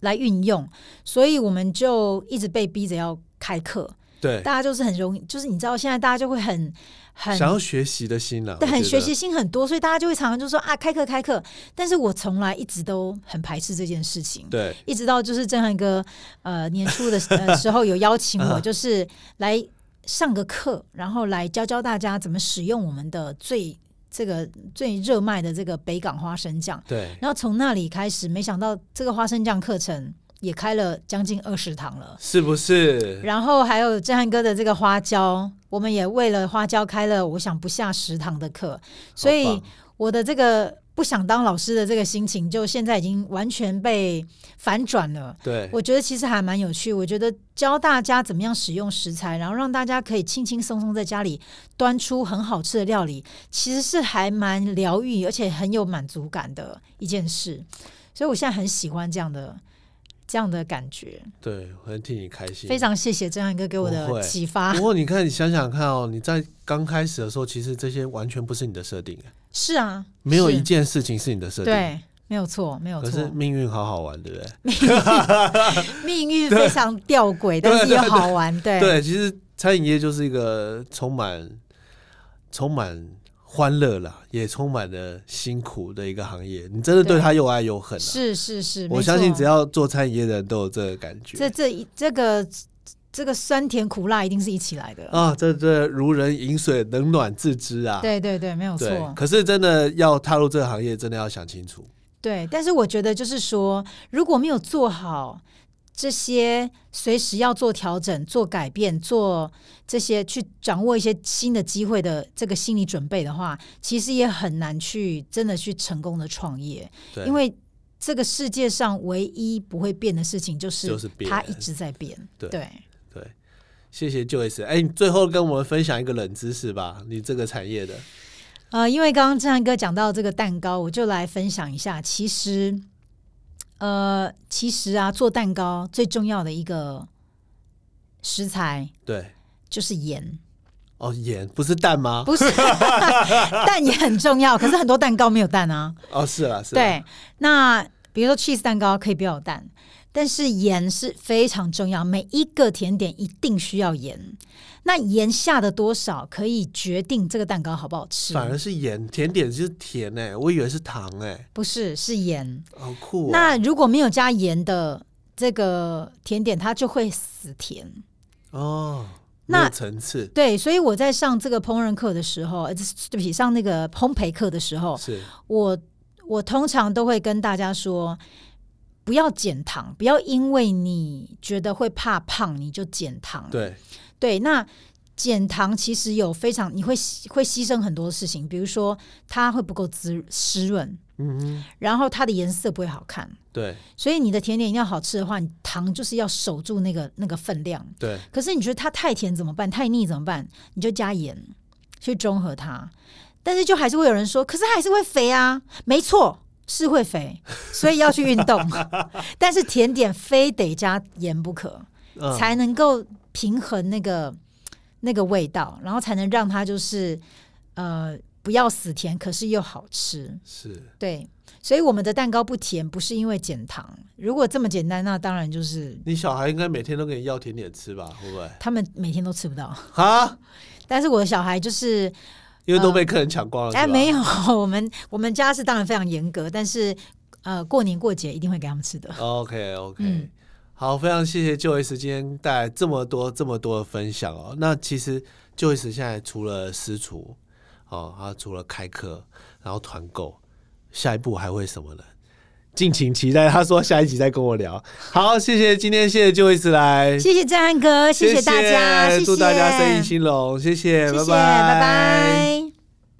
B: 来运用，所以我们就一直被逼着要开课，
A: 对，
B: 大家就是很容易，就是你知道现在大家就会很很
A: 想要学习的心了、啊，
B: 对，
A: 我
B: 很
A: 觉
B: 学
A: 得
B: 习，心很多，所以大家就会常常就说啊开课开课，但是我从来一直都很排斥这件事情，
A: 对，
B: 一直到就是正汉哥呃年初的时呃时候有邀请我，
A: 嗯
B: 就是来上个课，然后来教教大家怎么使用我们的最这个最热卖的这个北港花生酱，
A: 对，
B: 然后从那里开始，没想到这个花生酱课程也开了将近二十堂了。
A: 是不是？
B: 然后还有震撼哥的这个花椒，我们也为了花椒开了，我想不下十堂的课，所
A: 好
B: 以
A: 棒
B: 我的这个不想当老师的这个心情，就现在已经完全被反转了。
A: 对，
B: 我觉得其实还蛮有趣。我觉得教大家怎么样使用食材，然后让大家可以轻轻松松在家里端出很好吃的料理，其实是还蛮疗愈，而且很有满足感的一件事。所以我现在很喜欢这样的这样的感觉。
A: 对，我很替你开心。
B: 非常啊谢谢正汉哥给我
A: 不
B: 的
A: 会
B: 启发
A: 不。过你看，你想想看哦，你在刚开始的时候，其实这些完全不是你的设定，
B: 是啊，
A: 没有
B: 是
A: 一件事情是你的设定。，
B: 对，没有错，没有
A: 可是
B: 错。
A: 命运好好玩，对不对？
B: 命运非常吊
A: (laughs)
B: 诡，但是也好玩。对
A: 对，其实餐饮业就是一个充满充满欢乐啦，也充满了辛苦的一个行业。你真的对
B: 对
A: 它又爱又恨、啊。
B: 是是是，
A: 我
B: 没
A: 相信
B: 错
A: 只要做餐饮业的人都有这个感觉。
B: 这这一这个这个酸甜苦辣一定是一起来的。
A: 啊，这这如人饮水，冷暖自知啊。
B: 对对对，没有
A: 对
B: 错。
A: 可是真的要踏入这个行业，真的要想清楚。
B: 对，但是我觉得就是说，如果没有做好这些，随时要做调整、做改变、做这些去掌握一些新的机会的这个心理准备的话，其实也很难去真的去成功的创业，
A: 对，
B: 因为这个世界上唯一不会变的事情就是
A: 就是变
B: 它一直在变。
A: 对
B: 对
A: 对，谢谢 Joyce。哎，你最后跟我们分享一个冷知识吧，你这个产业的。
B: 呃，因为刚刚正汉哥讲到这个蛋糕，我就来分享一下。其实，呃，其实啊，做蛋糕最重要的一个食材
A: 对，
B: 就是盐，
A: 哦，盐不是蛋吗？
B: 不是 (laughs) 蛋也很重要，可是很多蛋糕没有蛋啊。
A: 哦，是啦，是啦。
B: 对，那比如说 cheese 蛋糕可以不要有蛋，但是盐是非常重要，每一个甜点一定需要盐。那盐下的多少可以决定这个蛋糕好不好吃，
A: 反而是盐，甜点就是甜哎、我以为是糖哎、
B: 不是是盐。
A: 好酷、哦。
B: 那如果没有加盐的这个甜点，它就会死甜。
A: 哦，
B: 那
A: 没有层次
B: 对，所以我在上这个烹饪课的时候，呃，对不起，上那个烘焙课的时候，
A: 是
B: 我我通常都会跟大家说，不要减糖，不要因为你觉得会怕胖你就减糖。
A: 对
B: 对，那减糖其实有非常你会牺会牺牲很多事情，比如说它会不够滋湿润，
A: 嗯哼，
B: 然后它的颜色不会好看。
A: 对
B: 所以你的甜点一定要好吃的话，你糖就是要守住那个那个分量。
A: 对
B: 可是你觉得它太甜怎么办？太腻怎么办？你就加盐去中和它。但是就还是会有人说，可是它还是会肥啊。没错，是会肥，所以要去运动。但是甜点非得加盐不可，
A: 嗯
B: 才能够平衡那个那个味道，然后才能让它就是呃不要死甜，可是又好吃。
A: 是
B: 对，所以我们的蛋糕不甜，不是因为减糖。如果这么简单，那当然就是
A: 你小孩应该每天都给你要甜点吃吧？会不会？
B: 他们每天都吃不到。 (laughs)
A: 啊，
B: 但是我的小孩就是，
A: 因为都被客人抢光了。
B: 哎，
A: 是吧
B: 没有， (laughs) 我们我们家是当然非常严格，但是呃，过年过节一定会给他们吃的。
A: OK OK，、
B: 嗯
A: 好，非常谢谢 Joyce 今天带来这么多这么多的分享哦。那其实 Joyce 现在除了私厨哦，他除了开课，然后团购，下一步还会什么呢？敬请期待。他说下一集再跟我聊。好，谢谢今天谢谢 Joyce 来，
B: 谢谢正安哥，谢
A: 谢
B: 大家，谢谢
A: 祝大家生意兴隆，谢谢，
B: 谢谢，
A: 拜
B: 拜拜